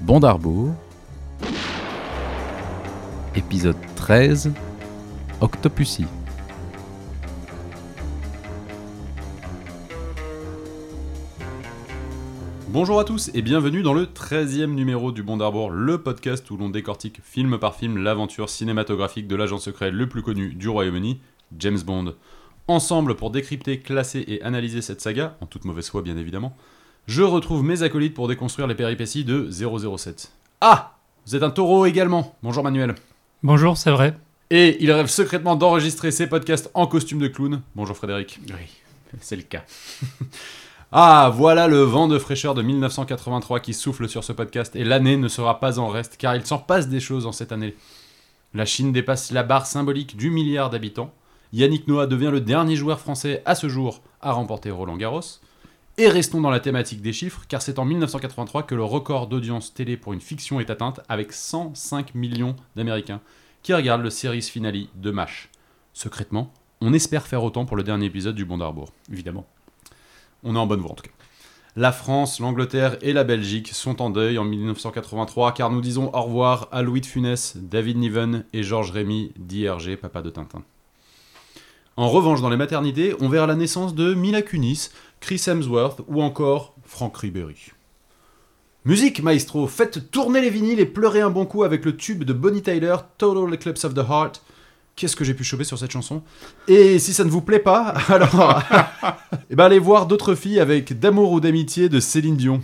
Bondarbourg, épisode 13, Octopussy. Bonjour à tous et bienvenue dans le 13e numéro du Bond d'Arbour, le podcast où l'on décortique film par film l'aventure cinématographique de l'agent secret le plus connu du Royaume-Uni, James Bond. Ensemble pour décrypter, classer et analyser cette saga, en toute mauvaise foi bien évidemment, je retrouve mes acolytes pour déconstruire les péripéties de 007. Ah Vous êtes un taureau également Bonjour Manuel Bonjour, c'est vrai. Et il rêve secrètement d'enregistrer ses podcasts en costume de clown. Bonjour Frédéric. Oui, c'est le cas. Ah, voilà le vent de fraîcheur de 1983 qui souffle sur ce podcast et l'année ne sera pas en reste car il s'en passe des choses en cette année. La Chine dépasse la barre symbolique du milliard d'habitants. Yannick Noah devient le dernier joueur français à ce jour à remporter Roland Garros. Et restons dans la thématique des chiffres car c'est en 1983 que le record d'audience télé pour une fiction est atteinte avec 105 millions d'Américains qui regardent le series finale de MASH. Secrètement, on espère faire autant pour le dernier épisode du Bond d'Arbour. Évidemment. On est en bonne voie en tout cas. La France, l'Angleterre et la Belgique sont en deuil en 1983 car nous disons au revoir à Louis de Funès, David Niven et Georges Rémy, d'IRG, papa de Tintin. En revanche, dans les maternités, on verra la naissance de Mila Kunis, Chris Hemsworth ou encore Franck Ribéry. Musique, maestro, faites tourner les vinyles et pleurez un bon coup avec le tube de Bonnie Tyler, Total Eclipse of the Heart. Qu'est-ce que j'ai pu choper sur cette chanson Et si ça ne vous plaît pas, alors Eh ben allez voir d'autres filles avec D'amour ou d'amitié de Céline Dion.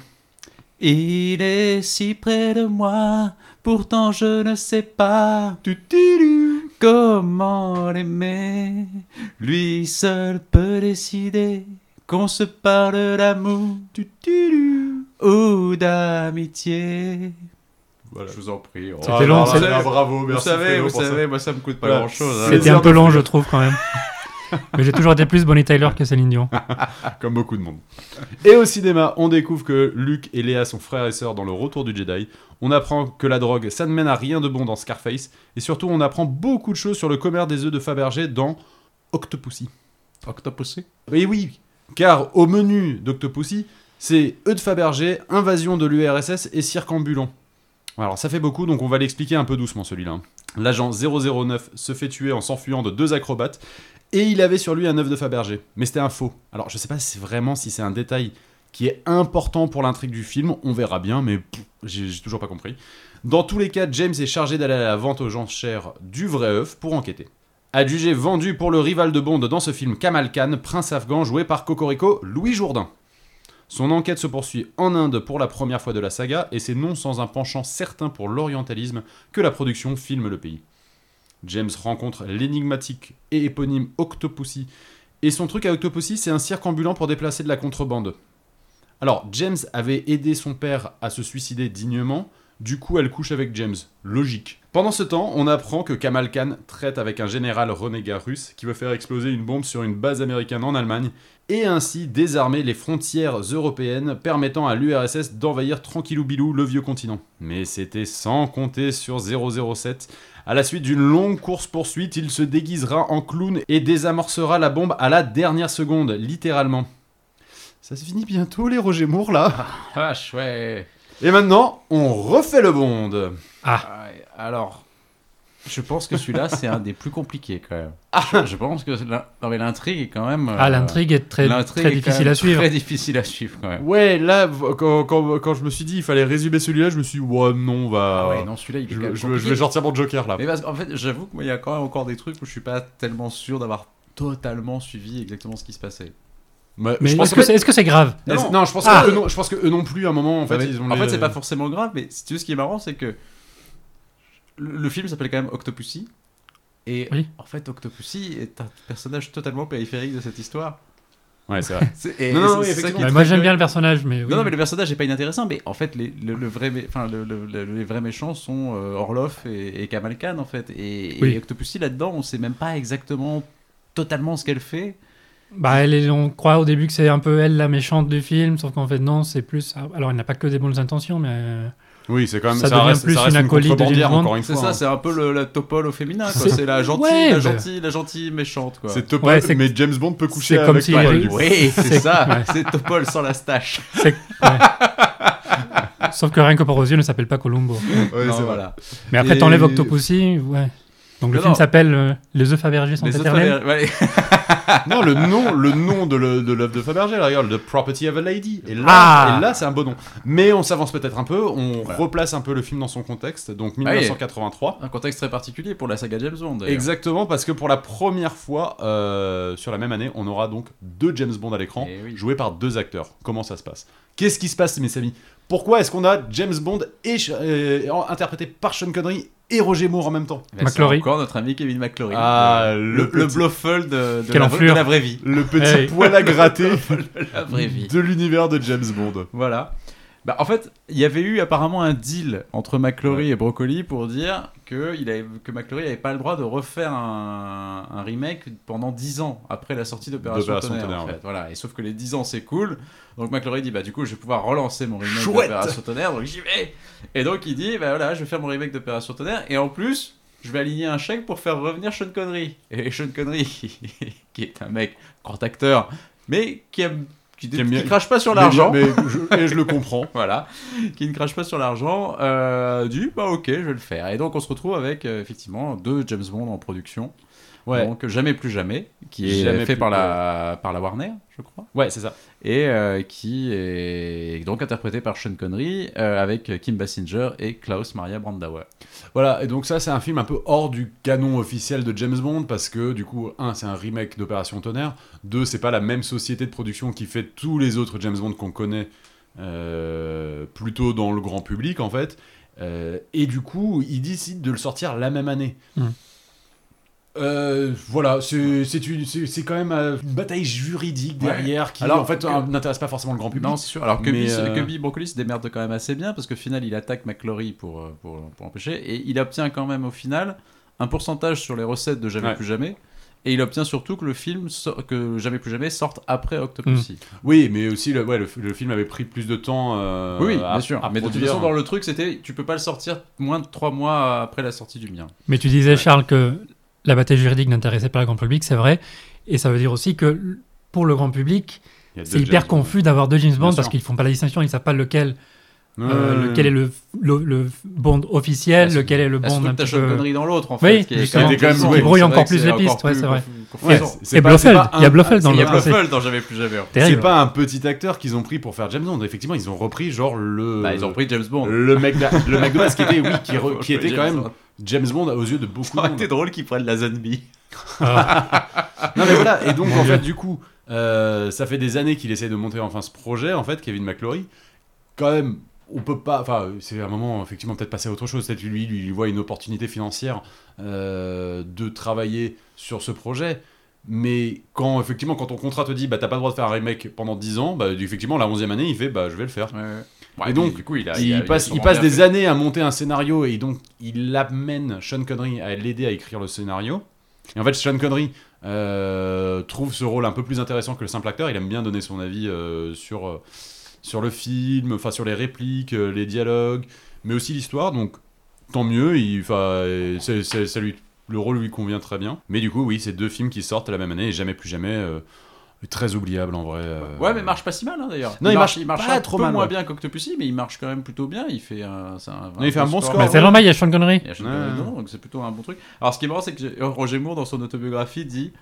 Il est si près de moi, pourtant je ne sais pas Tutilu. comment l'aimer. Lui seul peut décider qu'on se parle d'amour ou d'amitié. Voilà. Je vous en prie. C'était Oh, long, c'est- ah, bravo, Vous savez, vous savez, moi ça me coûte pas hein. Voilà. grand chose. C'est- C'était un peu long, je trouve, quand même. Mais j'ai toujours été plus Bonnie Tyler que Céline Dion. Comme beaucoup de monde. Et au cinéma, on découvre que Luke et Léa sont frères et sœurs dans le retour du Jedi. On apprend que la drogue, ça ne mène à rien de bon dans Scarface. Et surtout, on apprend beaucoup de choses sur le commerce des œufs de Fabergé dans Octopussy. Octopussy Et Eh oui, car au menu d'Octopussy, c'est œufs de Fabergé, invasion de l'URSS et cirque ambulant. Alors ça fait beaucoup, donc on va l'expliquer un peu doucement celui-là. L'agent 009 se fait tuer en s'enfuyant de deux acrobates, et il avait sur lui un œuf de Fabergé. Mais c'était un faux. Alors je sais pas si c'est vraiment si c'est un détail qui est important pour l'intrigue du film, on verra bien, mais pff, j'ai j'ai toujours pas compris. Dans tous les cas, James est chargé d'aller à la vente aux gens chers du vrai œuf pour enquêter. Adjugé vendu pour le rival de Bond dans ce film Kamal Khan, prince afghan joué par Cocorico Louis Jourdain. Son enquête se poursuit en Inde pour la première fois de la saga et c'est non sans un penchant certain pour l'orientalisme que la production filme le pays. James rencontre l'énigmatique et éponyme Octopussy et son truc à Octopussy c'est un cirque ambulant pour déplacer de la contrebande. Alors James avait aidé son père à se suicider dignement du coup, elle couche avec James. Logique. Pendant ce temps, on apprend que Kamal Khan traite avec un général renégat russe qui veut faire exploser une bombe sur une base américaine en Allemagne et ainsi désarmer les frontières européennes permettant à l'URSS d'envahir tranquillou bilou le vieux continent. Mais c'était sans compter sur 007. À la suite d'une longue course-poursuite, il se déguisera en clown et désamorcera la bombe à la dernière seconde, littéralement. Ça se finit bientôt les Roger Moore là. Vache, ouais. Et maintenant, on refait le bond. Ah, Alors, je pense que celui-là c'est un des plus compliqués quand même. Je, je pense que l'in- non, mais l'intrigue est quand même. euh, Ah, l'intrigue est très, l'intrigue très est quand difficile même à suivre. Très difficile à suivre quand même. Ouais, là, v- quand, quand- quand je me suis dit il fallait résumer celui-là, je me suis dit, ouais, non, on va. Ah ouais, non, celui-là il est je, quand même je- je compliqué. vais sortir mon Joker là. Mais parce qu'en fait, j'avoue que moi, il y a quand même encore des trucs où je suis pas tellement sûr d'avoir totalement suivi exactement ce qui se passait. Mais, Mais Bah, je pense est-ce que. que c'est est-ce que c'est grave est-ce- Non. non, je pense, Ah. que eux non, je pense que eux non plus, à un moment, en fait, Ouais, mais- ils ont en les- fait, c'est pas forcément grave, mais si tu veux, ce qui est marrant, c'est que le, le film s'appelle quand même Octopussy. Et Oui. en fait, Octopussy est un personnage totalement périphérique de cette histoire. Ouais, c'est vrai. C'est- et- Non, et non, c'est- oui, c'est ça effectivement. qui est Ouais, très Bah, Moi j'aime curieux. bien le personnage, mais oui. Non, non, mais le personnage est pas inintéressant, mais en fait, les, le, le vrai, mé- enfin, le- le- le- les vrais méchants sont euh, Orloff et, et Kamal Khan, en fait. Et, Oui. et Octopussy, là-dedans, on sait même pas exactement totalement ce qu'elle fait. Bah, elle est- on croit au début que c'est un peu elle la méchante du film, sauf qu'en fait non, c'est plus. Alors, elle n'a pas que des bonnes intentions, mais euh, Oui, c'est quand même. Ça Ça, devient reste, plus ça reste une une acolyte de contrebandière, James Bond. encore une C'est fois. ça, hein. c'est un peu le, la topole au féminin, quoi. C'est- C'est la gentille, Ouais, la mais- gentille, la gentille méchante, quoi. C'est top, hein, Ouais, c'est- mais James Bond peut coucher c'est comme avec s'il toi, avait- du coup. Oui, c'est ça, ouais. c'est Topol sans la stache. c'est- ouais. Sauf que rien que pour aux yeux ne s'appelle pas Columbo. Ouais, Non, c'est vrai. voilà. Mais après, Et- t'enlèves Octopussy, ouais. Donc le Non, film non. s'appelle euh, Les œufs Fabergé sont Les autres éternels. fallait- ouais. Non, le nom, le nom de le- de l'œuvre de, Fabergé, là, regarde, The Property of a Lady. Et là, Ah et là, c'est un bon nom. Mais on s'avance peut-être un peu, on replace un peu le film dans son contexte, Ah donc 1983. Un contexte très particulier pour la saga James Bond. d'ailleurs. Exactement, parce que pour la première fois euh, sur la même année, on aura donc deux James Bond à l'écran, Eh oui. joués par deux acteurs. Comment ça se passe Qu'est-ce qui se passe, mes amis Pourquoi est-ce qu'on a James Bond et, euh, interprété par Sean Connery et Roger Moore en même temps Eh ben, c'est McClory. Encore notre ami Kevin McClory. Ah, le, le le, petit- Blofeld de, de Quelle la, enflure. de la vraie vie. Le petit Hey. poil à gratter La vraie vie. de l'univers de James Bond. Voilà. Bah, en fait, il y avait eu apparemment un deal entre McClory et Broccoli pour dire que, il avait, que McClory n'avait pas le droit de refaire un, un remake pendant 10 ans après la sortie d'Opération D'Opération Tonnerre. en Tonnerre, fait. Voilà. Et sauf que les 10 ans, c'est cool. Donc McClory dit bah, du coup, je vais pouvoir relancer mon remake Chouette d'Opération Tonnerre, donc j'y vais. Et donc il dit bah, voilà, je vais faire mon remake d'Opération Tonnerre. Et en plus, je vais aligner un chèque pour faire revenir Sean Connery. Et Sean Connery, qui est un mec, grand acteur, mais qui aime. Qui, Qui aime qui bien- crache pas sur l'argent Mais, mais je, et je le comprends. voilà, qui ne crache pas sur l'argent, euh, dit bah ok, je vais le faire. Et donc on se retrouve avec euh, effectivement deux James Bond en production. Ouais. Donc jamais plus jamais, qui est Jamais fait plus, par la par la Warner, je crois, Ouais, c'est ça. et euh, qui est donc interprété par Sean Connery euh, avec Kim Basinger et Klaus Maria Brandauer. Voilà, et donc ça, c'est un film un peu hors du canon officiel de James Bond, parce que du coup, un, c'est un remake d'Opération Tonnerre, deux, c'est pas la même société de production qui fait tous les autres James Bond qu'on connaît euh, plutôt dans le grand public, en fait, Euh, et du coup, ils décident de le sortir la même année. Mm. Euh, voilà, c'est c'est une- c'est- c'est quand même euh, une bataille juridique Ouais. derrière qui, Alors, en fait, que- euh, n'intéresse pas forcément le grand public. Non, c'est sûr. Alors que Mais, Bill- euh, que Bill Broccoli se démerde quand même assez bien parce qu'au final, il attaque McClory pour, euh, pour, pour l'empêcher et il obtient quand même au final un pourcentage sur les recettes de Jamais Ouais. plus jamais. Et il obtient surtout que le film so- que Jamais plus jamais sorte après Octopussy. Oui, mais aussi, le, ouais, le, le film avait pris plus de temps. euh, oui, oui, à- bien sûr. à Mais de toute produire. façon, dans le truc, c'était tu peux pas le sortir moins de 3 mois après la sortie du mien. Mais tu disais, Charles, que la bataille juridique n'intéressait pas le grand public, c'est vrai. Et ça veut dire aussi que pour le grand public, Il y a deux c'est hyper James Bond. confus d'avoir deux James Bond Bien parce sûr. qu'ils font pas la distinction, ils savent pas lequel, Ouais, euh, ouais, lequel ouais. est le, le, le Bond officiel, Parce que- lequel est le Là, Bond surtout un que t'as petit Sean peu- Connery dans l'autre, en Oui, fait. qui est justement, quand même- qui c'est vrai brouille que encore c'est plus les encore pistes, ouais, c'est vrai. conf- Ouais, Ouais, confusant. c'est Et pas- Eh, Blofeld, c'est pas il y un- a Blofeld dans Il y le a procès. Bluffel dans Jamais plus jamais. hein. C'est Terrible. pas un petit acteur qu'ils ont pris pour faire James Bond. Effectivement, ils ont repris genre le. Bah, ils ont pris James Bond. le mec, de- le mec de base qui était, oui, qui, re- qui était quand James même Bond. James Bond aux yeux de beaucoup de Ça aurait monde. été drôle qu'ils prennent la Zanbi. Ah, Non mais voilà, et donc Mon en Dieu. fait du coup, euh, ça fait des années qu'il essaie de monter enfin ce projet en fait, Kevin McClory. Quand même, on peut pas, enfin c'est un moment effectivement peut-être passer à autre chose, peut-être lui, lui il voit une opportunité financière euh, de travailler sur ce projet. Mais quand effectivement quand ton contrat te dit bah t'as pas le droit de faire un remake pendant 10 ans, bah effectivement la 11e année il fait bah je vais le faire. Ouais, Et donc, mais du coup, il, a, Il, a- passe, a il sûrement passe bien des fait. années à monter un scénario et donc il amène Sean Connery à l'aider à écrire le scénario. Et en fait, Sean Connery euh, trouve ce rôle un peu plus intéressant que le simple acteur. Il aime bien donner son avis euh, sur, euh, sur le film, enfin sur les répliques, euh, les dialogues, mais aussi l'histoire. Donc tant mieux, il, enfin, euh, c'est- c'est- ça lui, le rôle lui convient très bien. Mais du coup, oui, c'est deux films qui sortent la même année et jamais plus jamais. euh, très oubliable en vrai. euh. Ouais, mais marche pas si mal hein, d'ailleurs. Non, il marche pas un trop peu mal, moins ouais. bien qu'Octopussy, mais il marche quand même plutôt bien. Il fait un, c'est un- Non, il fait un bon score, hein. mais ouais. c'est normal, il y a Sean Connery. Et à chaque Ouais. fois, non, donc c'est plutôt un bon truc. Alors ce qui est marrant, c'est que j'ai- Roger Moore, dans son autobiographie, dit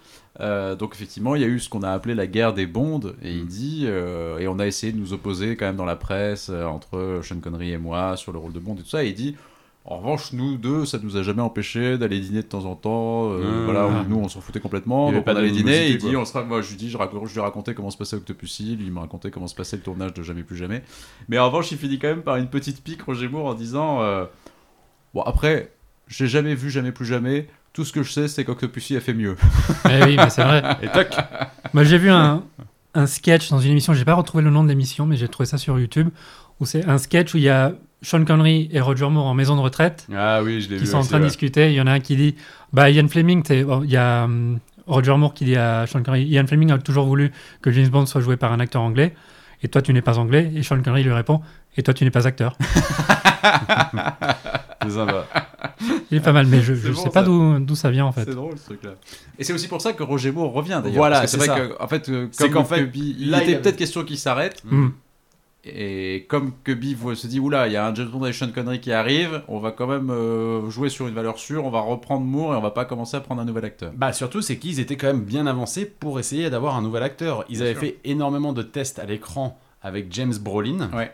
euh, donc effectivement, il y a eu ce qu'on a appelé la guerre des bondes, et Mm. il dit euh, et on a essayé de nous opposer quand même dans la presse euh, entre Sean Connery et moi sur le rôle de Bond et tout ça. Et il dit en revanche, nous deux, ça nous a jamais empêché d'aller dîner de temps en temps. euh, Mmh. Voilà, on- nous on s'en foutait complètement. Il y avait donc pas on allait dîner. d'animosité, Il dit, quoi. on sera, moi je lui dis, je, raconte- je lui racontais comment se passait Octopussy, lui il m'a raconté comment se passait le tournage de Jamais Plus Jamais. Mais en revanche, il finit quand même par une petite pique Roger Moore en disant euh, Bon, après, j'ai jamais vu Jamais Plus Jamais. Tout ce que je sais, c'est qu'Octopussy a fait mieux. Eh oui, mais c'est vrai. Et tac, Moi, j'ai vu un, un sketch dans une émission, j'ai pas retrouvé le nom de l'émission, mais j'ai trouvé ça sur YouTube, où c'est un sketch où il y a Sean Connery et Roger Moore en maison de retraite, Ah oui, je l'ai vu. qui sont en aussi, train de ouais. discuter. Il y en a un qui dit Bah, Ian Fleming, t'es- bon, il y a hum, Roger Moore qui dit à Sean Connery Ian Fleming a toujours voulu que James Bond soit joué par un acteur anglais, et toi, tu n'es pas anglais. Et Sean Connery lui répond Et toi, tu n'es pas acteur. C'est sympa. Il est pas mal, mais je, C'est je bon, sais pas ça. d'où d'où ça vient en fait. C'est drôle ce truc-là. Et c'est aussi pour ça que Roger Moore revient d'ailleurs. Voilà, Parce que c'est c'est vrai ça. que, en fait, euh, C'est comme qu'en fait, Octopussy, il Mm. là, il était avait- peut-être question qu'il s'arrête. Hum. Et comme Cubby voit- se dit, oula, il y a un James Bond avec Sean Connery qui arrive, on va quand même euh, jouer sur une valeur sûre, on va reprendre Moore et on va pas commencer à prendre un nouvel acteur. Bah surtout c'est qu'ils étaient quand même bien avancés pour essayer d'avoir un nouvel acteur. Ils Bien avaient sûr. fait énormément de tests à l'écran avec James Brolin. Ouais.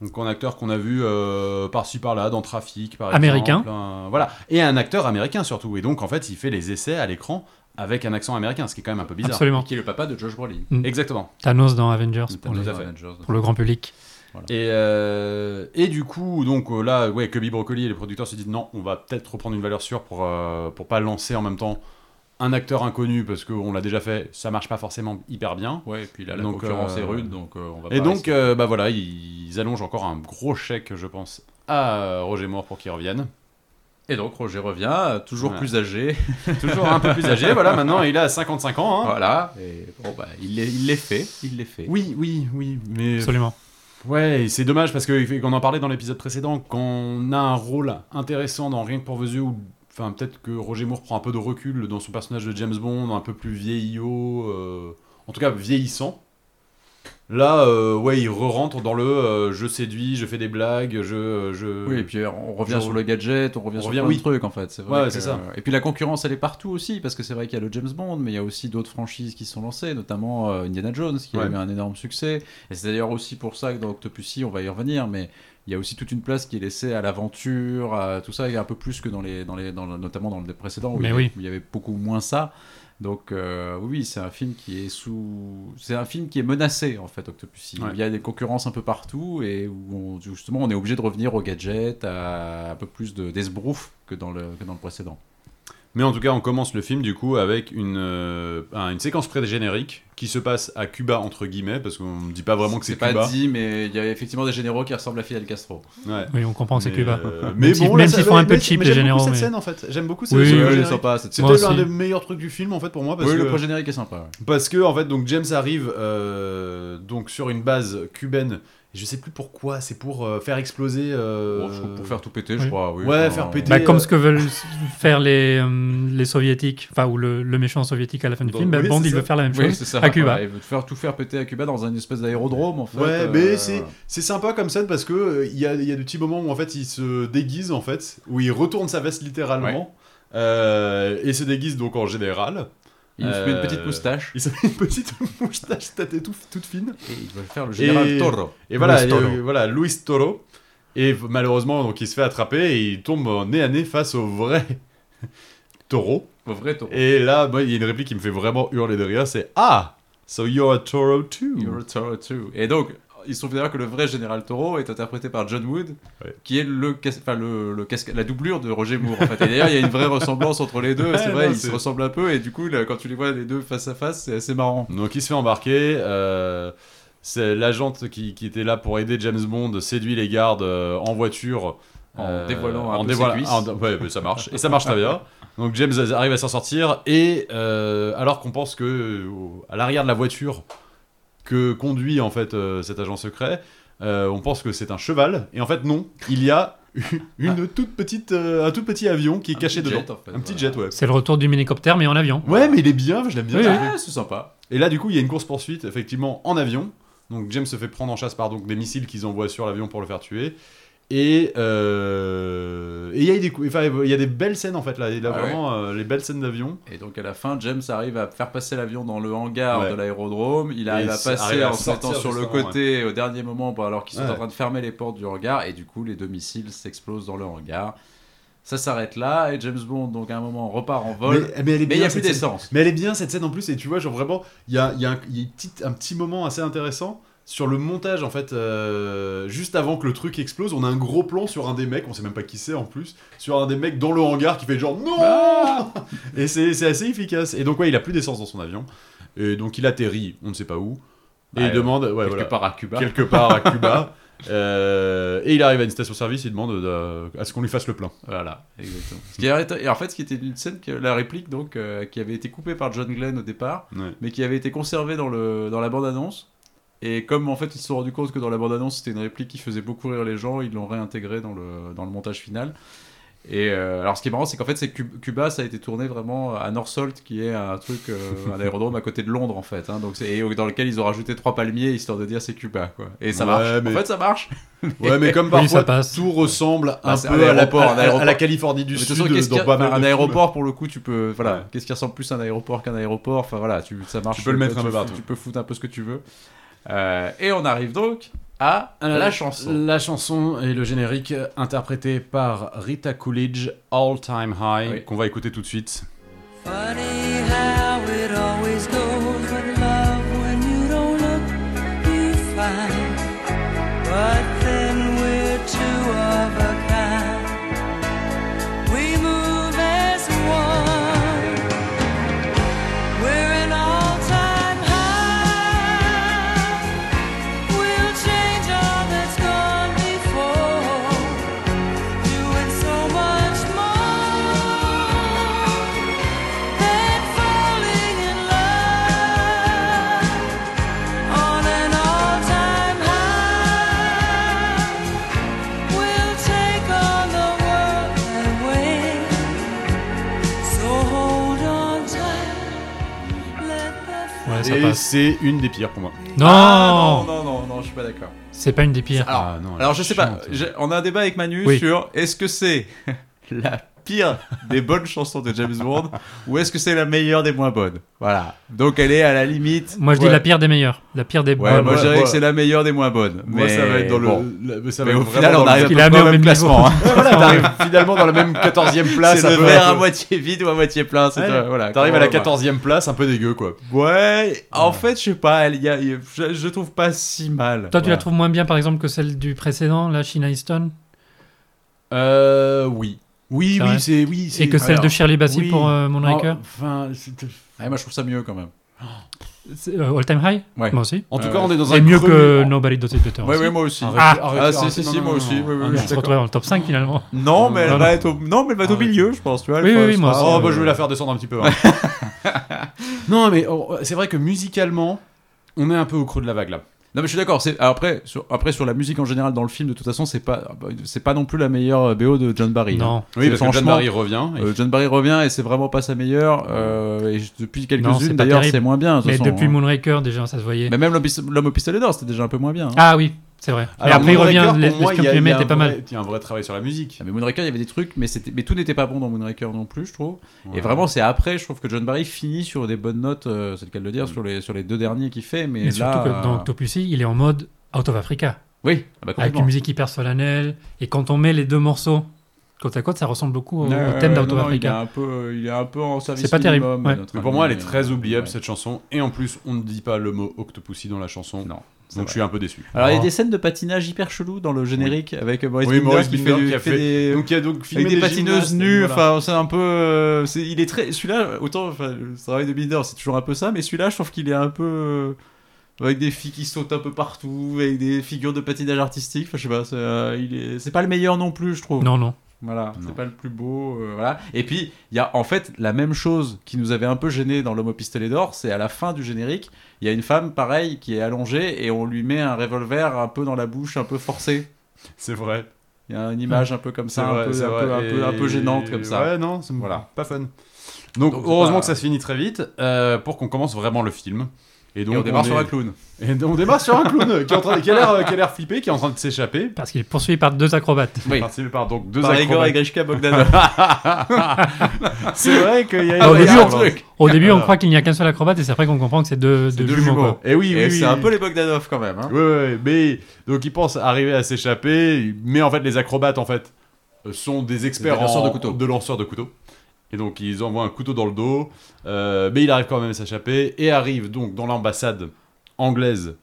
Donc un acteur qu'on a vu euh, par-ci par-là dans Trafic par Américain. exemple. Un- voilà, et un acteur américain surtout et donc en fait, il fait les essais à l'écran avec un accent américain, ce qui est quand même un peu bizarre. Absolument. Qui est le papa de Josh Brolin. Exactement. Thanos dans Avengers Ah, pour, Thanos les- à fait. Avengers. pour le grand public. Et, euh, et du coup, donc euh, là, ouais, Cubby Broccoli et les producteurs se disent non, on va peut-être reprendre une valeur sûre pour, euh, pour pas lancer en même temps un acteur inconnu parce qu'on l'a déjà fait, ça marche pas forcément hyper bien. Ouais, et puis là, la Donc, concurrence euh, est rude, donc euh, on va Et pas donc, risquer. euh, bah voilà, ils allongent encore un gros chèque, je pense, à euh, Roger Moore pour qu'il revienne. Et donc Roger revient, euh, toujours Ouais. plus âgé. Toujours un peu plus âgé, voilà, maintenant il a 55 ans. hein. voilà. Et bon, bah, il l'est il l'est fait. Il l'est fait. Oui, oui, oui, mais Absolument. ouais, c'est dommage parce que qu'on en parlait dans l'épisode précédent, quand on a un rôle intéressant dans Rien que pour vos yeux, ou enfin peut-être que Roger Moore prend un peu de recul dans son personnage de James Bond, un peu plus vieillot, euh, en tout cas vieillissant. Là, euh, ouais, il re-rentre dans le euh, je séduis, je fais des blagues, je, je... Oui, et puis euh, on revient Genre- sur le gadget, on revient On sur revient, plein oui. de trucs en fait. C'est vrai Ouais, que- c'est ça. Et puis la concurrence, elle est partout aussi, parce que c'est vrai qu'il y a le James Bond, mais il y a aussi d'autres franchises qui sont lancées, notamment euh, Indiana Jones, qui Ouais. a eu un énorme succès. Et c'est d'ailleurs aussi pour ça que dans Octopussy, on va y revenir, mais il y a aussi toute une place qui est laissée à l'aventure, à tout ça, et un peu plus que dans les, dans les, dans le- notamment dans le précédent, où, il Mais y avait- oui. où il y avait beaucoup moins ça. Donc euh, oui, oui, c'est un film qui est sous, c'est un film qui est menacé en fait, Octopussy. Ouais. Il y a des concurrences un peu partout et où on- justement on est obligé de revenir aux gadgets, à un peu plus de d'esbrouf que dans le que dans le précédent. Mais en tout cas, on commence le film du coup avec une, euh, un- une séquence pré-générique qui se passe à Cuba entre guillemets parce qu'on ne dit pas vraiment que c'est pas Cuba. dit, mais il y a effectivement des généraux qui ressemblent à Fidel Castro. Ouais. Oui, on comprend, c'est Mais, Cuba. euh, Même mais si- bon, là, même ça- s'ils font un mais- peu mais- cheap mais les j'aime beaucoup généraux. cette mais- scène en fait. J'aime beaucoup cette Oui, scène. oui, C'était c'est sympa. C'est Moi l'un aussi. des meilleurs trucs du film en fait pour moi parce oui, le que projet générique est sympa. ouais. parce que en fait donc James arrive euh, donc sur une base cubaine. Et Je sais plus pourquoi. C'est pour euh, faire exploser. euh, Bon, je trouve pour faire tout péter, je oui. crois. oui, Ouais, enfin, faire on- péter. Bah, Et, euh, comme ce que veulent faire les, euh, les soviétiques, enfin, ou le, le méchant soviétique à la fin du Bon, film, bah, oui, Bond c'est il ça. veut faire la même Oui, chose. c'est ça. à Cuba. voilà, ils veulent faire tout faire péter à Cuba dans une espèce d'aérodrome en fait. Ouais, euh, mais c'est voilà. c'est sympa comme scène parce que euh, il y a, il y a de petits moments où en fait il se déguise en fait, où il retourne sa veste littéralement euh, et se déguise donc en général. Il se met une petite Euh, moustache Il se met une petite moustache tatée tout- toute fine. et ils veulent faire le général et- Toro. Et voilà, Luis et, Toro. euh, voilà Luis Toro. Et v- malheureusement, donc il se fait attraper et il tombe euh, nez à nez face au vrai taureau. Au vrai Toro. Et là, moi, il y a une réplique qui me fait vraiment hurler de rire, c'est Ah, so you're a taureau too. You're a Toro too. Et donc, il se trouve d'ailleurs que le vrai général Toro est interprété par John Wood, Ouais. qui est le, cas- enfin, le, le casca- la doublure de Roger Moore. En fait. Et d'ailleurs, il y a une vraie ressemblance entre les deux. Ouais, c'est vrai, non, ils se c'est- ressemblent un peu. Et du coup, là, quand tu les vois les deux face à face, c'est assez marrant. Donc il se fait embarquer. euh, c'est l'agente qui, qui était là pour aider James Bond séduit les gardes euh, en voiture. En euh, dévoilant un peu ses dévoilant- cuisses. en- ouais, mais ça marche. Et ça marche très bien. Donc James arrive à s'en sortir. Et euh, alors qu'on pense que euh, à l'arrière de la voiture que conduit en fait euh, cet agent secret, euh, on pense que c'est un cheval. Et en fait non, il y a une toute petite, euh, un tout petit avion qui est Ah. Un caché petit dedans. jet, en fait, un petit voilà. jet, ouais. C'est le retour du minicoptère, mais en avion. Ouais, mais il est bien, je l'aime bien. Oui, ce oui. Ah, c'est sympa. et là, du coup, il y a une course-poursuite, effectivement, en avion. Donc James se fait prendre en chasse par donc, des missiles qu'ils envoient sur l'avion pour le faire tuer. Et euh, et il y, a des cou- enfin, il y a des belles scènes, en fait, là. Il a Ah ouais. vraiment euh, les belles scènes d'avion. Et donc, à la fin, James arrive à faire passer l'avion dans le hangar Ouais. de l'aérodrome. Il arrive Et à ça passer arrive à en sortant sortir sur le justement, côté au dernier moment, bon, alors qu'ils sont Ouais. en train de fermer les portes du hangar. Et du coup, les deux missiles s'explosent dans le hangar. Ça s'arrête là. Et James Bond, donc, à un moment, repart en vol. mais elle Mais il n'y a est bien, plus cette scène. d'essence. Mais elle est bien, cette scène, en plus. Et tu vois, genre, vraiment, il y a, il y a un, il y a une petite- un petit moment assez intéressant sur le montage, en fait. euh, juste avant que le truc explose, on a un gros plan sur un des mecs, on sait même pas qui c'est, en plus, sur un des mecs dans le hangar qui fait genre « Non Ah Et c'est c'est assez efficace. Et donc, ouais, il a plus d'essence dans son avion. Et donc, il atterrit, on ne sait pas où. Et Bah, euh, il demande, ouais, quelque voilà, part à Cuba. quelque part à Cuba. Euh, et il arrive à une station-service, il demande de- à ce qu'on lui fasse le plein. Voilà, exactement. Ce qui est- et en fait, ce qui était une scène, que, la réplique donc, euh, qui avait été coupée par John Glenn au départ, Ouais. mais qui avait été conservée dans, le, dans la bande-annonce. Et comme en fait ils se sont rendus compte que dans la bande-annonce c'était une réplique qui faisait beaucoup rire les gens, ils l'ont réintégrée dans le, dans le montage final. Et euh, alors, ce qui est marrant, c'est qu'en fait, c'est Cu- Cuba, ça a été tourné vraiment à Northolt, qui est un truc, euh, un aérodrome à côté de Londres, en fait. hein. donc, c'est- et dans lequel ils ont rajouté trois palmiers histoire de dire c'est Cuba, quoi. Et ça Ouais, marche. mais- En fait, ça marche. Bah, Ouais, mais comme Oui, ça parfois passe. tout ressemble Bah, un c'est peu un à, la, aéroport, un à- à- à aéroport. la Californie du Mais de toute Sud. euh, façon, qu'est-ce qu'il y dans a- pas mal un de films. aéroport pour le coup, tu peux, voilà, Ouais. qu'est-ce qui ressemble plus à un aéroport qu'un aéroport Enfin voilà, tu, ça marche. Tu peux le mettre un peu fous- partout. Tu peux foutre un peu ce que tu veux. Euh, et on arrive donc à Euh, la chanson. La chanson et le générique euh, interprété par Rita Coolidge, All Time High, Oui. qu'on va écouter tout de suite. Funny how it always goes with love when you don't look, you find. But then we're two of a kind. We move as one. We're an all time high. We'll change all that's gone before. Doing so much more than falling in love on an all-time high. We'll take on the world and win. So hold on tight. Let that Ouais, ça Et passe. c'est une des pires pour moi. Non, Ah, non, non, non, non, je suis pas d'accord. C'est pas une des pires. Alors, Ah, non, elle alors est je sais pas, chiante. j'ai- on a un débat avec Manu Oui. sur est-ce que c'est la pire des bonnes chansons de James Bond ou est-ce que c'est la meilleure des moins bonnes Voilà. Donc elle est à la limite. Moi, je Ouais. dis la pire des meilleures. La pire des Ouais, bonnes. moi ouais, je dirais ouais. que c'est la meilleure des moins bonnes. Moi, ça va être dans bon. le. la- ça va Mais être au vraiment final, dans on le- arrive Il pas a mis au au même même classement. hein. Ouais, voilà, t'arrives finalement dans la même 14ème place. C'est un le peu- verre à moitié vide ou à moitié plein. c'est, Ouais. euh, voilà, T'arrives à la comment on va. 14ème place, un peu dégueu quoi. Ouais, en fait, je sais pas, elle, y a- y a- je, je trouve pas si mal. Toi, tu Voilà. la trouves moins bien, par exemple, que celle du précédent, la Sheena Easton, Euh. Oui. Oui, C'est vrai. oui, c'est. Oui, c'est. et que celle Alors, de Shirley Bassey oui. pour euh, Moonraker. Oh, Enfin, c'est- Ouais, moi, je trouve ça mieux quand même. C'est, euh, All Time High Oh, Ouais. Moi aussi. En tout Euh, cas, on est dans un. C'est mieux creux- que Nobody Does It Better. Ouais, aussi. ouais, moi aussi. Arrêtez, Ah. arrêtez, Ah, si, arrêtez, si, non, si, non, moi non, aussi, non, oui, oui, oui, non, On non, je suis se d'accord. retrouve dans le top 5 finalement. Non, mais elle Ah, Non, va non. être au, non, mais elle va être au Arrête. milieu, je pense. Tu vois, Oui, je oui, pense oui, moi pas- aussi, Oh, Oh, bah, bah, je vais la faire descendre un petit peu. hein. non, mais oh, c'est vrai que musicalement, on est un peu au creux de la vague là. Non, mais je suis d'accord. c'est- alors Après, sur, après, sur la musique en général dans le film, de toute façon, c'est pas, ah, bah, c'est pas non plus la meilleure BO de John Barry. hein. Non. Oui, parce que John Barry revient. Euh, John Barry revient et c'est vraiment pas sa meilleure. euh, et je- depuis quelques-unes, pas d'ailleurs, terrible. c'est moins bien. de toute Mais façon, depuis hein. Moonraker, déjà, ça se voyait. Mais même l'homme au pist- l'homme au pistolet d'or, c'était déjà un peu moins bien. hein. Ah oui, c'est vrai. Mais après, il revient. Les Plummet était pas mal. Il y a un vrai travail sur la musique. Ah, mais Moonraker, il y avait des trucs, mais, c'était- mais tout n'était pas bon dans Moonraker non plus, je trouve. Et Ouais. vraiment, c'est après, je trouve que John Barry finit sur des bonnes notes, euh, c'est le cas de le dire, sur, les, sur les deux derniers qu'il fait. Mais, Mais là, euh, surtout que dans Octopussy, il est en mode Out of Africa. Oui, ah bah, Avec complètement. une musique hyper solennelle. Et quand on met les deux morceaux côte à côte, ça ressemble beaucoup au, au Ouais, ouais, thème ouais, d'Out non, of non, Il est Africa. un peu, il est un peu en service. C'est pas terrible, minimum, ouais. notre Mais pour moi, elle ami, est très euh, oubliable ouais. cette chanson. Et en plus, on ne dit pas le mot octopussy dans la chanson. Non, c'est Donc je vrai. suis un peu déçu. Alors, il y a Oh. des scènes de patinage hyper chelou dans le générique avec Maurice, Oui, Binder Maurice qui, Binder fait, du- qui a fait- des, Donc il y a donc filmé avec des patineuses gymnastes, nues. voilà. Enfin, c'est un peu. euh, c'est- il est très. Celui-là, autant enfin, le travail de Binder, c'est toujours un peu ça, mais celui-là, je trouve qu'il est un peu. euh, Avec des filles qui sautent un peu partout, avec des figures de patinage artistique. Enfin, je sais pas, c'est, euh, il est- c'est pas le meilleur non plus, je trouve. Non, non. Voilà, c'est Non. pas le plus beau. euh, voilà. Et puis, il y a en fait la même chose qui nous avait un peu gêné dans L'homme au pistolet d'or, c'est à la fin du générique, il y a une femme, pareil, qui est allongée et on lui met un revolver un peu dans la bouche, un peu forcé. C'est vrai. Il y a une image un peu comme Mmh. C'est ça, un, vrai, peu, c'est un vrai. peu- un peu- un peu Et- gênante comme ça. Ouais, non, c'est Voilà. pas fun. Donc, Donc, c'est heureusement pas- que ça se finit très vite euh, pour qu'on commence vraiment le film. Et donc et on démarre sur est- un clown. Et on démarre sur un clown qui, est en train de- qui a l'air, euh, qui a l'air flippé, qui est en train de s'échapper. Parce qu'il est poursuivi par deux acrobates. Oui. Parti par donc deux hein. Par Igor et acrobates. Grishka Bogdanov. C'est vrai qu'il y a Ah, au Il y a début, un on- truc. Au début, on Alors. croit qu'il n'y a qu'un seul acrobate et c'est après qu'on comprend que c'est deux, deux deux jumeaux. jumeaux. quoi. Et Eh oui, oui, Et oui. c'est un peu les Bogdanov quand même. hein. Ouais, ouais, mais donc il pense arriver à s'échapper, mais en fait les acrobates en fait euh, sont des experts Des lanceurs en- de couteaux. lanceurs de couteaux. Et donc ils envoient un couteau dans le dos, euh, mais il arrive quand même à s'échapper et arrive donc dans l'ambassade anglaise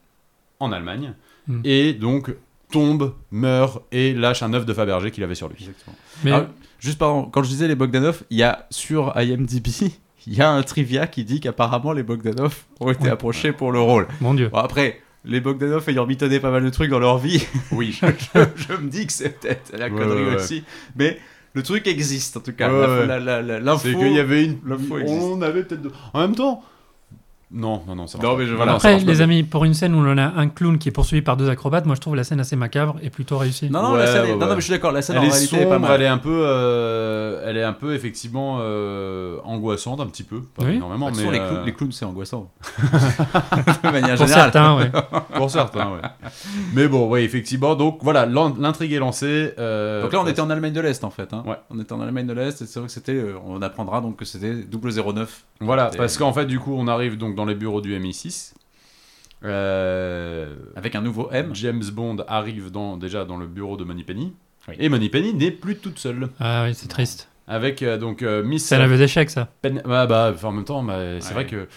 en Allemagne Hmm. Mm. et donc tombe, meurt et lâche un œuf de Fabergé qu'il avait sur lui. Exactement. Mais Ah, juste pardon, quand je disais les Bogdanov, il y a sur IMDb, il y a un trivia qui dit qu'apparemment les Bogdanov ont été Ouais. approchés pour le rôle. mon dieu. Bon, après, les Bogdanov ayant mitonné pas mal de trucs dans leur vie, oui, je, je- je me dis que c'est peut-être la Ouais, connerie ouais, ouais. aussi, mais le truc existe en tout cas. Ouais, La- ouais. la- la- la- L'info. C'est qu'il y avait une. l'info On avait peut-être. deux- En même temps, Non, non, non, ça Non, marche mais pas. je- Non, voilà. non, ça Après, marche pas. les amis, pour une scène où l'on a un clown qui est poursuivi par deux acrobates, moi je trouve la scène assez macabre et plutôt réussie. Non, non, Ouais, la scène est- ouais, non, non, ouais. mais je suis d'accord, la scène Elle en est réalité sombre, est pas mal. elle est un peu, euh, elle est un peu effectivement euh, angoissante, un petit peu, pas Oui. énormément, De toute mais façon, Bah, les, euh, clowns- les clowns, c'est angoissant. de manière générale. Pour certains, ouais. pour certains. ouais. Mais bon, oui, effectivement. Donc voilà, l'in- l'intrigue est lancée. euh, Donc là, on ouais, était en Allemagne de l'Est en fait. hein. Ouais. On était en Allemagne de l'Est et c'est vrai que c'était. euh, On apprendra donc que c'était 009. Voilà, Et- parce qu'en fait, du coup, on arrive donc dans les bureaux du MI6. Euh, Avec un nouveau M. James Bond arrive dans, déjà dans le bureau de Moneypenny. Oui. Et Moneypenny n'est plus toute seule. Ah oui, c'est triste. Avec euh, donc euh, Miss C'est un aveu d'échec, ça. Pen- Ah bah, enfin, en même temps, bah, c'est Ouais. vrai que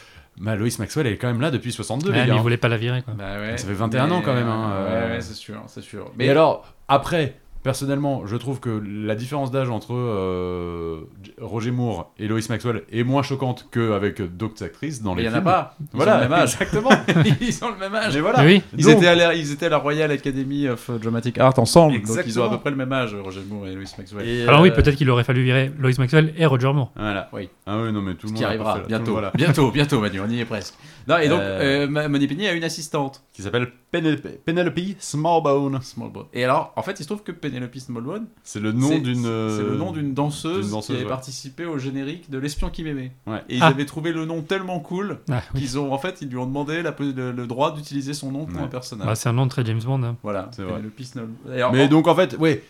bah, Lois Maxwell elle est quand même là depuis 62. les Ouais, mais gars, ils hein. voulaient Ah, pas la virer, quoi. Bah ouais. Ça fait 21 ans, quand même, hein, euh. Ouais, ouais, c'est sûr, c'est sûr. Mais alors, après, personnellement, je trouve que la différence d'âge entre euh, J- Roger Moore et Lois Maxwell est moins choquante qu'avec d'autres actrices dans Mais il les y en a films. pas. Ils Voilà, ont le même âge. exactement. ils ont le même âge. Mais voilà. Mais oui. Ils, Donc- étaient à la, ils étaient à la Royal Academy of Dramatic Art ensemble. Donc ils ont Exactement. à peu près le même âge, Roger Moore et Louis Maxwell. Et, Alors oui, euh, peut-être qu'il aurait fallu virer Lois Maxwell et Roger Moore. Voilà. Oui. Ah oui, non, mais tout le Ce monde. qui a pas fait arrivera la- tout le monde, bientôt. voilà. Bientôt, bientôt, Manu, on y est presque. Non, et donc, Euh, euh, Ma- Moneypenny a une assistante, Qui s'appelle Penelope, Penelope Smallbone. Smallbone. Et alors, en fait, il se trouve que Penelope Smallbone, C'est le c'est- nom d'une. euh, c'est le nom d'une danseuse, d'une danseuse, qui avait ouais. participé au générique de L'espion qui m'aimait. Ouais. Et ils Ah. avaient trouvé le nom tellement cool Ah, oui. qu'ils ont, en fait, ils lui ont demandé la, le, le droit d'utiliser son nom pour Ouais. un personnage. Bah, c'est un nom très James Bond. hein. voilà, c'est vrai. Penelope Smallbone. Et alors, Mais en- donc en fait, ouais,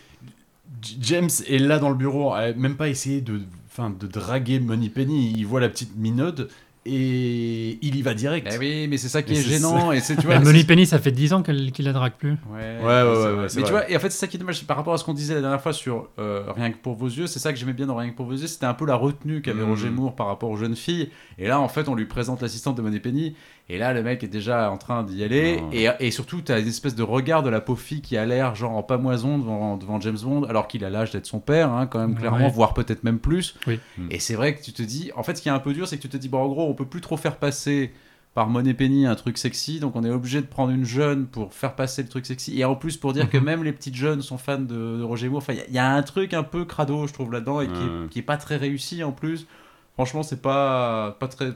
J- James est là dans le bureau, a même pas essayé de, enfin, de draguer Moneypenny. Il voit la petite minote et il y va direct. Eh oui, mais c'est ça qui Mais est c'est- gênant. Et c'est, tu vois, Mais c'est- Money Penny, ça fait 10 ans qu'elle- qu'il la drague plus. Ouais, Ouais, ouais, c'est ouais, vrai. ouais, Mais c'est tu vrai. vois, et en fait, c'est ça qui est dommage. c'est Par rapport à ce qu'on disait la dernière fois sur euh, Rien que pour vos yeux, c'est ça que j'aimais bien dans Rien que pour vos yeux, c'était un peu la retenue qu'avait Mhm. Roger Moore par rapport aux jeunes filles. Et là, en fait, on lui présente l'assistante de Moneypenny, et là, le mec est déjà en train d'y aller. Non. Et, et surtout, t'as une espèce de regard de la pauvre fille qui a l'air genre en pamoison devant, devant James Bond, alors qu'il a l'âge d'être son père, hein, quand même, clairement, Ouais. voire peut-être même plus. Oui. Mhm. Et c'est vrai que tu te dis, en fait, ce qui est un peu dur, c'est que tu te dis, bon, en gros, on peut plus trop faire passer par Money Penny un truc sexy, donc on est obligé de prendre une jeune pour faire passer le truc sexy. Et en plus, pour dire que Mhm. même les petites jeunes sont fans de, de Roger Moore, enfin, il y a- il y, a un truc un peu crado, je trouve, là-dedans, et qui, Ouais. est, qui est pas très réussi en plus. Franchement, c'est pas, pas très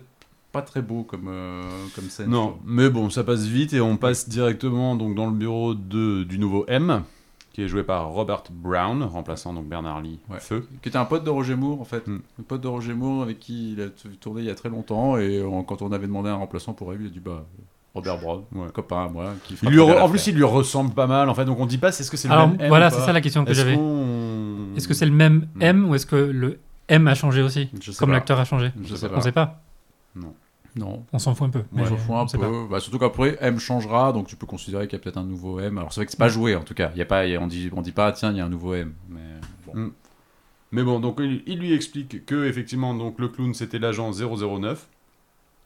pas très beau comme, euh, comme scène. Non, mais bon, ça passe vite et on passe directement donc dans le bureau de, du nouveau M, qui est joué par Robert Brown, remplaçant donc Bernard Lee Ouais. Feu. Qui était un pote de Roger Moore, en fait. Mm. Un pote de Roger Moore avec qui il a t- tourné il y a très longtemps, et on- quand on avait demandé un remplaçant pour elle, il a dit bah, Robert Brown, Ouais. copain à moi. Qui fera Il lui très re- bien en plus, l'affaire. il lui ressemble pas mal, en fait, donc on dit pas si est-ce que c'est le Alors même M voilà, ou c'est pas. ça la question que Est-ce j'avais. qu'on- Est-ce que c'est le même Hmm. M ou est-ce que le M a changé aussi Je sais Comme pas. l'acteur a changé Je sais On pas. sait pas. Non. On s'en fout un peu. Moi, mais j'en fous un on sait pas. peu. Bah, surtout qu'après, M changera, donc tu peux considérer qu'il y a peut-être un nouveau M. Alors, c'est vrai que c'est pas joué, en tout cas. Il Y a pas, il y a- on, dit, on dit pas, tiens, il y a un nouveau M. Mais bon. Mm. Mais bon, donc il, il lui explique que effectivement donc le clown c'était l'agent 009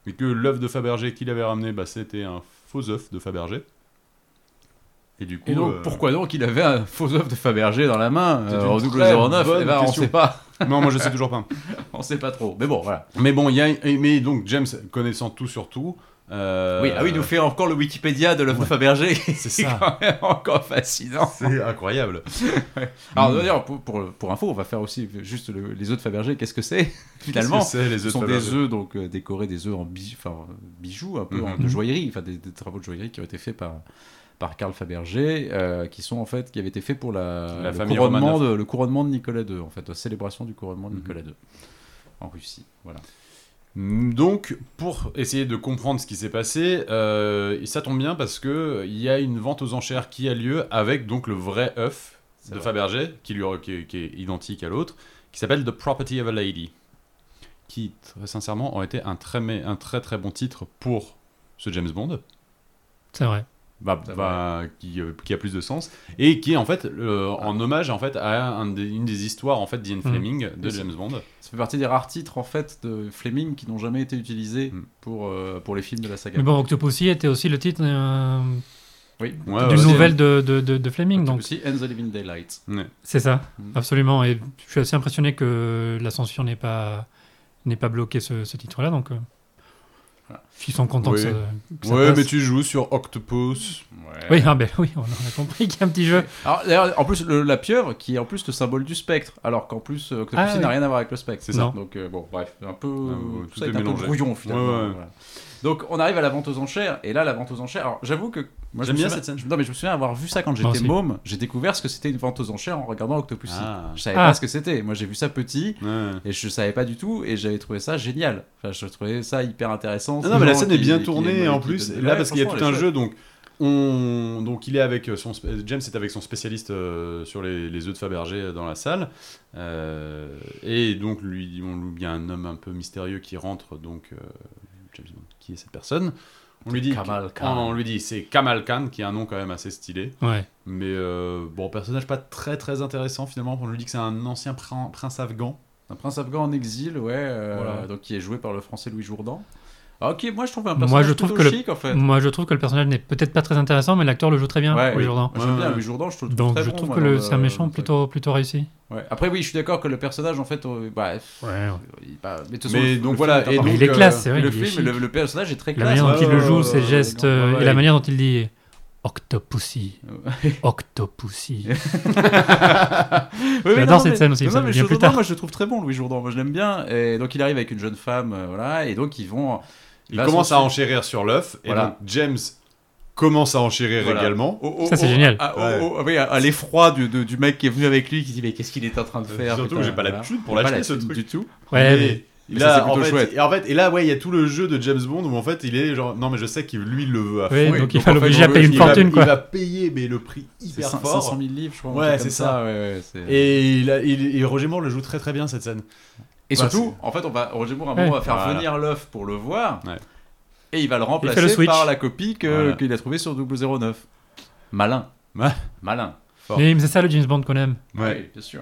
et que l'œuf de Fabergé qu'il avait ramené bah, c'était un faux œuf de Fabergé. Et du coup Et donc, euh, pourquoi donc il avait un faux œuf de Fabergé dans la main C'est euh, une en très 009 bonne Eh ben, on question. sait pas. Non, moi je sais toujours pas. On sait pas trop. Mais bon, voilà. Mais bon, il y a et- mais donc James connaissant tout sur tout euh, Oui, ah oui, il nous fait encore le Wikipédia de l'œuf de Fabergé. C'est ça. quand même encore fascinant. c'est incroyable. Alors, d'ailleurs, pour, pour, pour info, on va faire aussi juste le- les œufs de Fabergé. Qu'est-ce que c'est, finalement Qu'est-ce que c'est les Ce œufs sont de des Fabergé œufs donc euh, décorés, des œufs en bijoux, enfin, euh, bijoux un peu Mhm. en- de joaillerie, enfin des, des travaux de joaillerie qui ont été faits par par Karl Fabergé, euh, qui sont en fait qui avaient été faits pour la, La le, famille couronnement Romanov. de, le couronnement de Nicolas II, en fait la célébration du couronnement de Mhm. Nicolas II en Russie. Voilà. Donc, pour essayer de comprendre ce qui s'est passé, euh, et ça tombe bien parce que il y a une vente aux enchères qui a lieu avec donc le vrai œuf C'est de vrai. Fabergé, qui, lui, qui, est- qui est identique à l'autre, qui s'appelle The Property of a Lady, qui très sincèrement aurait été un très, mé- un très très bon titre pour ce James Bond, C'est vrai. bah, C'est bah, qui, euh, qui a plus de sens et qui est en fait euh, en hommage en fait à un des- une des histoires en fait d'Ian Fleming de Mm. Et c'est- James Bond. Ça fait partie des rares titres en fait de Fleming qui n'ont jamais été utilisés Mhm. pour euh, pour les films de la saga. Mais bon, Octopussy était aussi le titre euh, oui. Ouais, d'une ouais, nouvelle de, de, de, de Fleming. Donc Donc aussi And the Living Daylight. Ouais. c'est ça, Mm. absolument. Et je suis assez impressionné que la censure n'ait pas n'est pas bloqué ce, ce titre-là. Donc euh, Ah. Ils sont contents Oui. que ça, que ça ouais, passe. mais tu joues sur Octopus. Oui, ah ben, oui, on en a compris qu'il y a un petit jeu. Alors, Ah, d'ailleurs, en plus, le- la pieuvre, qui est en plus le symbole du spectre, alors qu'en plus, euh, Octopussy Ah, oui. n'a rien à voir avec le spectre. C'est ça. Non. Donc, euh, bon, bref, un peu. Ah, ouais, tout tout ça est est un peu mélangé. brouillon, finalement. Ouais, ouais. Voilà. Donc, on arrive à la vente aux enchères, et là, la vente aux enchères. Alors, j'avoue que. moi, je J'aime me bien souviens- cette scène. je- Non, mais je me souviens avoir vu ça quand Moi j'étais aussi. môme. J'ai découvert ce que c'était une vente aux enchères en regardant Octopussy. Ah. Je savais Ah. pas ce que c'était. Moi, j'ai vu ça petit. Ouais. Et je savais pas du tout, et j'avais trouvé ça génial. Enfin, je trouvais ça hyper intéressant. Non, ces non, mais la gens scène est qui- bien qui tournée aiment- en qui plus. donnent- Là, Ouais, parce qu'il y a franchement, tout un elle est jeu, donc on donc il est avec son spé- James est avec son spécialiste euh, sur les, les œufs de Fabergé dans la salle Euh, et donc lui on loue bien un homme un peu mystérieux qui rentre donc euh, James Bond, qui est cette personne on lui dit Kamal Khan. on lui dit c'est Kamal Khan qui a un nom quand même assez stylé Ouais. mais euh, bon personnage pas très très intéressant finalement on lui dit que c'est un ancien prin- prince afghan Un prince afghan en exil, ouais, euh, Voilà. donc qui est joué par le français Louis Jourdan. Ah, ok, moi je trouve un Moi, personnage je trouve plutôt que le- chic en fait. Moi, je trouve que le personnage n'est peut-être pas très intéressant, mais l'acteur le joue très bien, Ouais, Louis oui. Jourdan. Moi, j'aime bien Ouais. Louis Jourdan, je trouve euh, Donc, très je bon, trouve moi, que dans le- le- c'est un méchant dans le- plutôt, plutôt réussi. Ouais. Après, oui, je suis d'accord que le personnage en fait, euh, bah, pff, Ouais, il est pas- mais, de toute façon, mais le- donc le voilà film est et important. donc Il est euh, classe, c'est vrai. le il est film, chic. le, le personnage est très La classe. manière dont ouais, il le ouais, joue, ouais, ses ouais, gestes, élégant. euh, Ouais, et la il- manière dont il dit Octopussy, Ouais. Octopussy. Oui, oui, J'adore non, cette mais- scène aussi, non, ça mais me vient plus Jourdan, tard. Moi, je le trouve très bon, Louis Jourdan. Moi, je l'aime bien. Et donc, il arrive avec une jeune femme, euh, voilà, et donc ils vont. Il là, commence Bah, son- à enchérir sur l'œuf, et Voilà. donc James commence à enchérir Voilà. également. Oh, oh, Ça, c'est oh, génial. ah, oh, Ouais. oh, ah oui, à, à l'effroi du, de- du mec qui est venu avec lui, qui dit mais qu'est-ce qu'il est en train de faire Euh, Surtout que putain, j'ai pas voilà. l'habitude pour Euh, J'ai pas l'acheter ce l'habitude truc. du tout. Ouais, Mais mais il Mais a- ça, c'est en plutôt fait, chouette. et en fait, et là, ouais, il y a tout le jeu de James Bond où en fait, il est genre, non, mais je sais qu'il lui le veut. à fond. ouais, oui, donc il donc, va en fait, l'obliger à on payer veut- une il, va, fortune, il quoi. va payer, mais le prix C'est hyper cin- fort. 500 000 livres, je crois. un Ouais, truc c'est comme ça. ouais, ouais, c'est- et Et, il a- il- et Roger Moore le joue très très bien cette scène. Bah, surtout, en fait, on va, Roger Moore, à un moment, Ouais. va faire Voilà. venir l'œuf pour le voir. Ouais. Et il va le remplacer fait le switch. par la copie que- Voilà. qu'il a trouvée sur 009. Malin. Ouais. Malin. va- Mais c'est ça le James Bond qu'on aime. Ouais. Oui, bien sûr.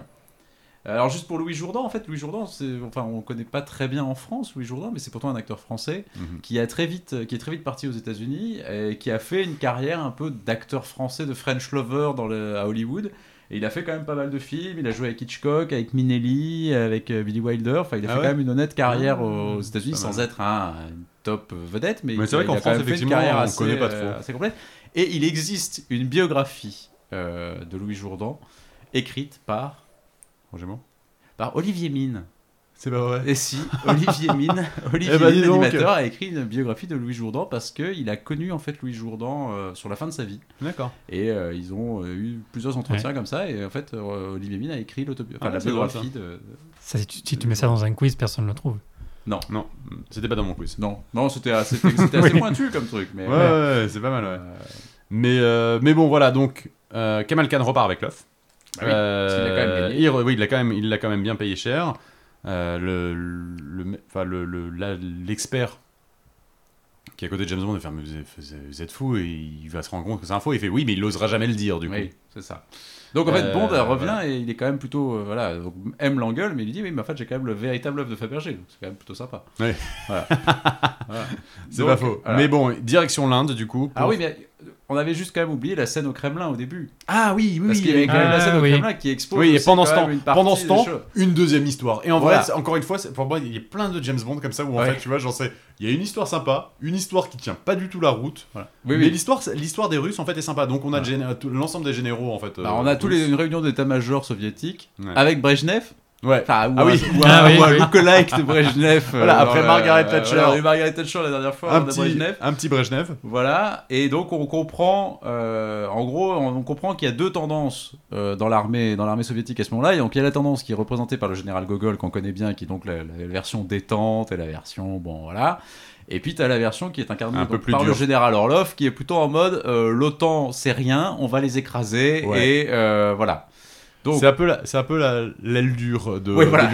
Alors juste pour Louis Jourdan, en fait, Louis Jourdan, c'est, enfin, on connaît pas très bien en France Louis Jourdan, mais c'est pourtant un acteur français Mhm. qui a très vite, qui est très vite parti aux États-Unis et qui a fait une carrière un peu d'acteur français, de French lover dans le, à Hollywood. Et il a fait quand même pas mal de films. Il a joué avec Hitchcock, avec Minelli, avec euh, Billy Wilder. Enfin, il a Ah fait ouais Ah, quand même une honnête carrière aux États-Unis pas mal. sans être un, une top vedette, mais, Mais c'est vrai il qu'en a quand France, même fait une effectivement, carrière on assez, connaît pas trop. euh, assez complète. Et il existe une biographie euh, de Louis Jourdan écrite par Roger Moore par Olivier Mine. C'est pas vrai. Et si, Olivier Mine, Olivier Eh ben, dis Mine, donc. l'animateur, a écrit une biographie de Louis Jourdan parce qu'il a connu en fait Louis Jourdan euh, sur la fin de sa vie. D'accord. Et euh, ils ont euh, eu plusieurs entretiens comme ça. Et en fait, euh, Olivier Mine a écrit l'autobiographie, Ah, la c'est drôle, ça. biographie de... Ça, si, tu, si tu mets ça dans un quiz, personne ne le trouve. Non, c'était pas dans mon quiz. Non, non, c'était assez, c'était assez Oui. pointu comme truc. Mais Ouais, ouais, ouais, c'est pas mal, ouais. Mais, euh, mais bon, voilà, donc euh, Kamal Khan repart avec l'œuf. Bah oui, Euh, s'il l'a quand même gagné. il re- oui, il l'a quand même, il l'a quand même bien payé cher. Euh, le, le, enfin, le- le- la- l'expert qui est à côté de James Bond, il fait mais vous êtes, vous êtes fou et il va se rendre compte que c'est un faux. Il fait oui, mais il n'osera jamais le dire du coup. Oui, c'est ça. Donc en fait, Euh, Bond elle revient voilà. et il est quand même plutôt. euh, voilà, donc aime l'engueule, mais il lui dit Oui, mais en fait, j'ai quand même le véritable œuf de Fabergé. Donc c'est quand même plutôt sympa. Ouais. Voilà. Voilà. C'est Donc, pas faux. voilà. Mais bon, direction l'Inde du coup. Ah pour- oui, mais on avait juste quand même oublié la scène au Kremlin au début. ah oui, oui, Parce qu'il y avait oui. quand même la scène Ah, au oui. Kremlin qui expose. Oui, et aussi pendant quand ce temps, même une partie pendant ce des temps, choses. une deuxième histoire. Et en Voilà. vrai, c'est- encore une fois, c'est- pour moi, il y a plein de James Bond comme ça où en Ouais. fait, tu vois, j'en sais, il y a une histoire sympa, une histoire qui tient pas du tout la route. Voilà. Oui, Mais oui. l'histoire, c'est- l'histoire des Russes en fait est sympa. Donc on a Ouais. géné- tout- l'ensemble des généraux en fait. Bah, euh, on a tous les, russes. une réunion d'état-major soviétique Ouais. avec Brejnev, Ouais. enfin, ou Ah un, oui. ou un, Ah oui, ou un oui. lookalike de Brejnev. euh, Voilà, après dans le- Margaret Thatcher. voilà, on a eu Margaret Thatcher la dernière fois, un on a petit, Brejnev. un petit Brejnev. Voilà, et donc on comprend, euh, en gros, on, on comprend qu'il y a deux tendances euh, dans l'armée, dans l'armée soviétique à ce moment-là. Et donc il y a la tendance qui est représentée par le général Gogol qu'on connaît bien, qui est donc la, la version détente et la version bon voilà. Et puis t'as la version qui est incarnée Un donc peu plus par le dure. général Orlov, qui est plutôt en mode euh, l'OTAN c'est rien, on va les écraser Ouais. et euh, voilà. Donc C'est un peu, la, c'est un peu la- l'aile dure de, oui, voilà. de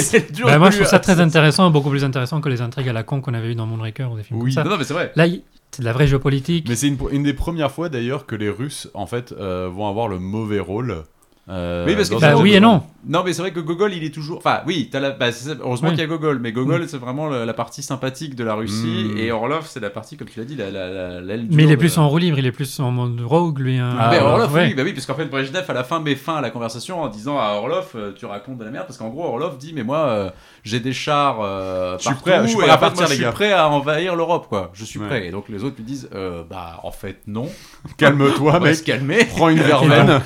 C'est dur Bah, moi, je plus- trouve ça très intéressant, beaucoup plus intéressant que les intrigues à la con qu'on avait eues dans Moonraker ou des films Oui. comme Non, ça. non, mais c'est vrai. Là, il- c'est de la vraie géopolitique. Mais c'est une, une des premières fois d'ailleurs que les Russes en fait euh, vont avoir le mauvais rôle. Euh, Oui, parce que dans ça- un Bah oui et autre- non. Non, mais c'est vrai que Gogol, il est toujours. Enfin, oui, t'as la... bah, c'est- heureusement Oui. qu'il y a Gogol, mais Gogol, c'est vraiment la, la partie sympathique de la Russie, Mm. et Orlov, c'est la partie, comme tu l'as dit, la, la, la- l'aile Mais il dure est de- plus en roue libre, il est plus en mode rogue, lui. hein. mais Alors, Orlov, ouais. oui, bah oui, parce qu'en fait, Brejnev, à la fin, met fin à la conversation en disant à Orlov, euh, tu racontes de la merde, parce qu'en gros, Orlov dit, mais moi, euh, j'ai des chars euh, Je suis partout, prêt à- je et suis prêt à en fait, partir, moi, les je gars. suis prêt à envahir l'Europe, quoi. Je suis Ouais. prêt. Et donc, les autres lui disent, euh, bah, en fait, non. Calme-toi, On va mec. se calmer. Prends une verveine.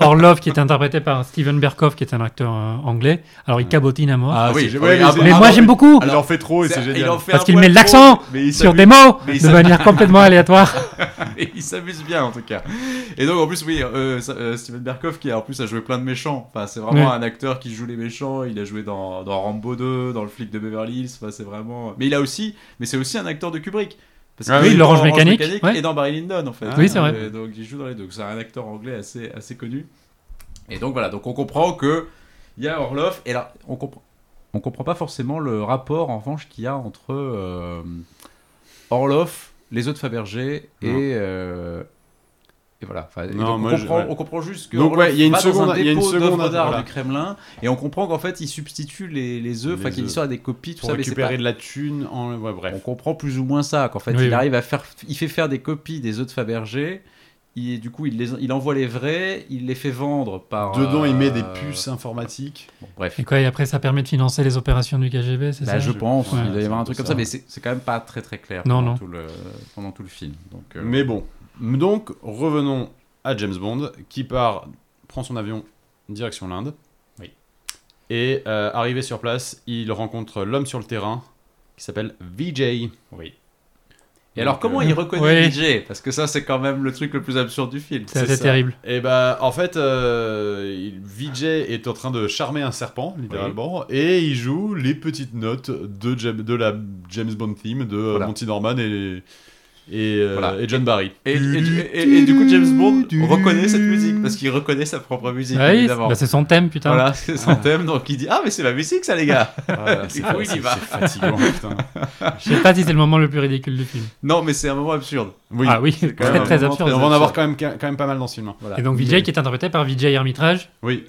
Orlov, qui est interprété par Steven Berkoff, qui est un acteur euh, anglais. Alors, il cabotine à mort. Ah oui, oui, j'ai- ah ouais, oui, mais ah c'est- bah, mais ah moi, bah, j'aime oui. beaucoup Il en fait trop et c'est C'est- il génial. en fait parce un qu'il voix met de l'accent trop, mais il sur s'amuse- des mots mais il de s'amuse- manière complètement aléatoire. Et il s'amuse bien en tout cas. Et donc en plus oui, euh, ça- euh, Steven Berkoff qui a en plus a joué plein de méchants. Enfin c'est vraiment Ouais. un acteur qui joue les méchants. Il a joué dans, dans Rambo 2, dans le flic de Beverly Hills. Enfin c'est vraiment. euh, Mais il a aussi, mais c'est aussi un acteur de Kubrick. Parce qu'il Ah joue oui, dans l'Orange Mécanique, ouais. Ah et dans Barry Lyndon en fait. Oui, c'est vrai. Et donc il joue dans les deux. Donc, C'est un acteur anglais assez assez connu. Et donc voilà, donc on comprend que il y a Orlov et là on comprend. On comprend pas forcément le rapport en revanche qu'il y a entre euh, Orloff, les autres Fabergé et, Non. euh, et voilà. Enfin, et Non, donc moi, on, je- comprend, ouais. on comprend juste que Donc, Orloff ouais, il y a une va dans seconde- un il y a une dépôt seconde, d'œuvres d'art voilà. du Kremlin et on comprend qu'en fait il substitue les, les œufs, enfin Les qu'il œufs. sort des copies, tout Pour ça, mais c'est récupérer pas... de la thune. En... Ouais, On bref. comprend plus ou moins ça qu'en fait Oui, il oui. arrive à faire, il fait faire des copies des œufs de Fabergé. Il, du coup, il, les, il envoie les vrais, il les fait vendre par. Dedans, il met des euh, puces informatiques. bon, bref. Et quoi, et après, ça permet de financer les opérations du KGB, c'est Bah, ça je pense, Ouais. il doit y avoir un truc C'est comme un ça, peu mais c'est c'est quand même pas très très clair Non, pendant, non. Tout, le, pendant tout le film. Donc, euh, Mais bon. Donc, revenons à James Bond qui part, prend son avion direction l'Inde. Oui. Et euh, arrivé sur place, il rencontre l'homme sur le terrain qui s'appelle Vijay. Oui. Et alors, Donc, comment euh, il reconnaît Oui. DJ Parce que ça, c'est quand même le truc le plus absurde du film. C'est C'est assez ça. terrible. Et bah, en fait, euh, il- Vijay est en train de charmer un serpent, littéralement, et il joue les petites notes de, Jam- de la James Bond theme de euh, Voilà. Monty Norman et, et, euh, Voilà. et John Barry. Et, et- et- et- et du coup, James Bond reconnaît cette musique parce qu'il reconnaît sa propre musique, Ah oui, évidemment. bah, c'est son thème, putain. voilà, c'est son thème, donc il dit Ah, mais c'est ma musique, ça, les gars Voilà, Du coup, il y va. fatigant, putain. Je sais pas si c'est le moment le plus ridicule du film. Non, mais c'est un moment absurde. Oui. Ah oui, très quand même un très moment Et absurde. on va en avoir quand même, quand même pas mal dans ce film. hein. Voilà. Et donc Vijay qui est interprété par Vijay Armitrage, Oui,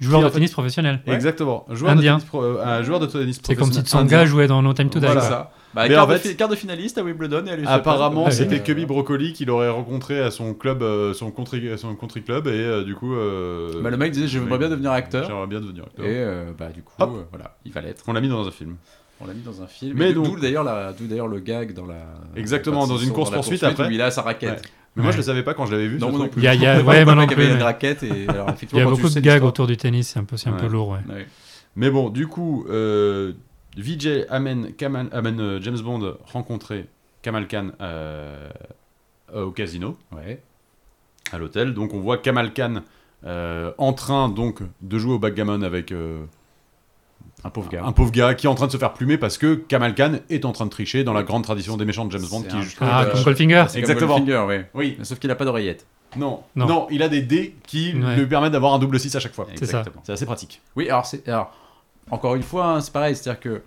joueur Qui, en de fait- tennis professionnel. exactement. Joueur de, Indien. tennis pro- euh, un joueur de tennis C'est comme si professionnel Tsonga indien. jouait dans No Time to Die. Voilà. Voilà. quoi. ça. Bah, Mais quart, en de fait- fi- quart de finaliste à Wimbledon et à l'US Apparemment, Open. c'était Euh, Cubby Broccoli qu'il aurait rencontré à son club, euh, son country, son country club, et euh, du coup. euh, Bah, le mec disait, j'aimerais bien devenir acteur. J'aimerais bien devenir acteur. Et euh, bah, du coup, Hop. euh, voilà, il va l'être. On l'a mis dans un film. On l'a mis dans un film. Mais Mais d'où donc- d'ailleurs la- d'où d'ailleurs le gag dans la. Exactement, quand ils dans une sont la course-poursuite après. Où il a sa raquette. Ouais. Mais moi, je le savais pas quand je l'avais vu. Non, moi ce non truc. plus. Il y a- il y Je a- ouais, comprends pas moi non qu'il y plus, avait une mais- raquette et alors, Il effectivement, y a quand tu beaucoup de sais gags l'histoire- autour du tennis, c'est un peu, c'est un peu Ouais. lourd. Ouais. Ouais. Mais bon, du coup, euh, Vijay amène, Kamal- amène, euh, James Bond rencontrer Kamal Khan euh, euh, au casino, Ouais. à l'hôtel. Donc, on voit Kamal Khan euh, en train donc de jouer au backgammon avec euh, Un pauvre gars. un pauvre gars qui est en train de se faire plumer parce que Kamal Khan est en train de tricher dans la grande tradition des méchants de James Bond C'est qui un juste- peu- Ah, Euh, comme Goldfinger. C'est comme Exactement. Goldfinger, ouais. Oui, Sauf qu'il a pas d'oreillette. non, non. Non. il a des dés qui Ouais. lui permettent d'avoir un double 6 à chaque fois. C'est ça. Exactement. C'est assez pratique. Oui, alors c'est alors encore une fois, hein, c'est pareil, c'est-à-dire que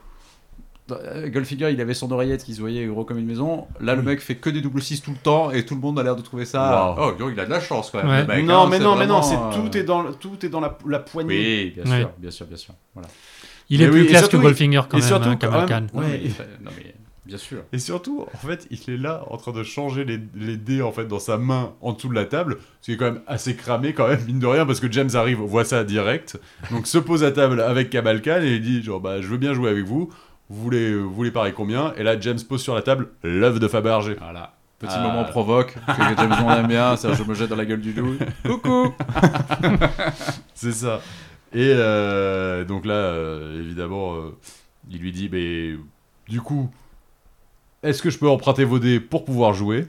euh, Goldfinger, il avait son oreillette qui se voyait gros comme une maison. Là, le mec fait que des double 6 tout le temps et tout le monde a l'air de trouver ça. Wow. Oh, dis donc, il a de la chance quand même. Ouais. le mec, non, hein, mais c'est non, mais non, c'est vraiment, euh, tout est dans tout est dans la, la Oui, poignée. bien Ouais. sûr, bien sûr, bien sûr. Voilà. Il est Mais plus oui, et classe surtout, que Goldfinger quand et même, surtout, hein, Kamal quand même, Khan. Ouais. Non, mais, enfin, non, mais bien sûr. Et surtout, en fait, il est là en train de changer les, les dés en fait dans sa main en dessous de la table, ce qui est quand même assez cramé quand même mine de rien parce que James arrive, voit ça direct, donc se pose à table avec Kamal Khan et il dit genre bah je veux bien jouer avec vous, vous voulez vous voulez parier combien Et là James pose sur la table l'œuf de Fabergé. Voilà. Petit Ah. moment provoque que James Bond aime bien, c'est-à-dire je me jette dans la gueule du loup. Coucou C'est ça. Et euh, donc là, euh, évidemment, euh, il lui dit, mais du coup, est-ce que je peux emprunter vos dés pour pouvoir jouer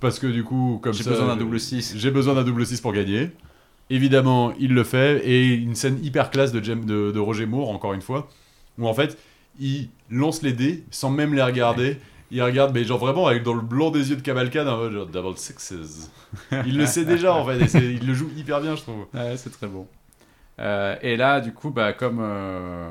Parce que du coup, comme J'ai ça, besoin d'un je- double 6. J'ai besoin d'un double 6 pour gagner. Évidemment, il le fait. Et une scène hyper classe de, James, de, de Roger Moore, encore une fois, où en fait, il lance les dés sans même les regarder. Il regarde, mais genre vraiment, avec dans le blanc des yeux de Cavalcade, un mode genre double sixes. Il le sait déjà en fait, et c'est- il le joue hyper bien, je trouve. Ouais, c'est très bon. Euh, et là, du coup, bah, comme euh,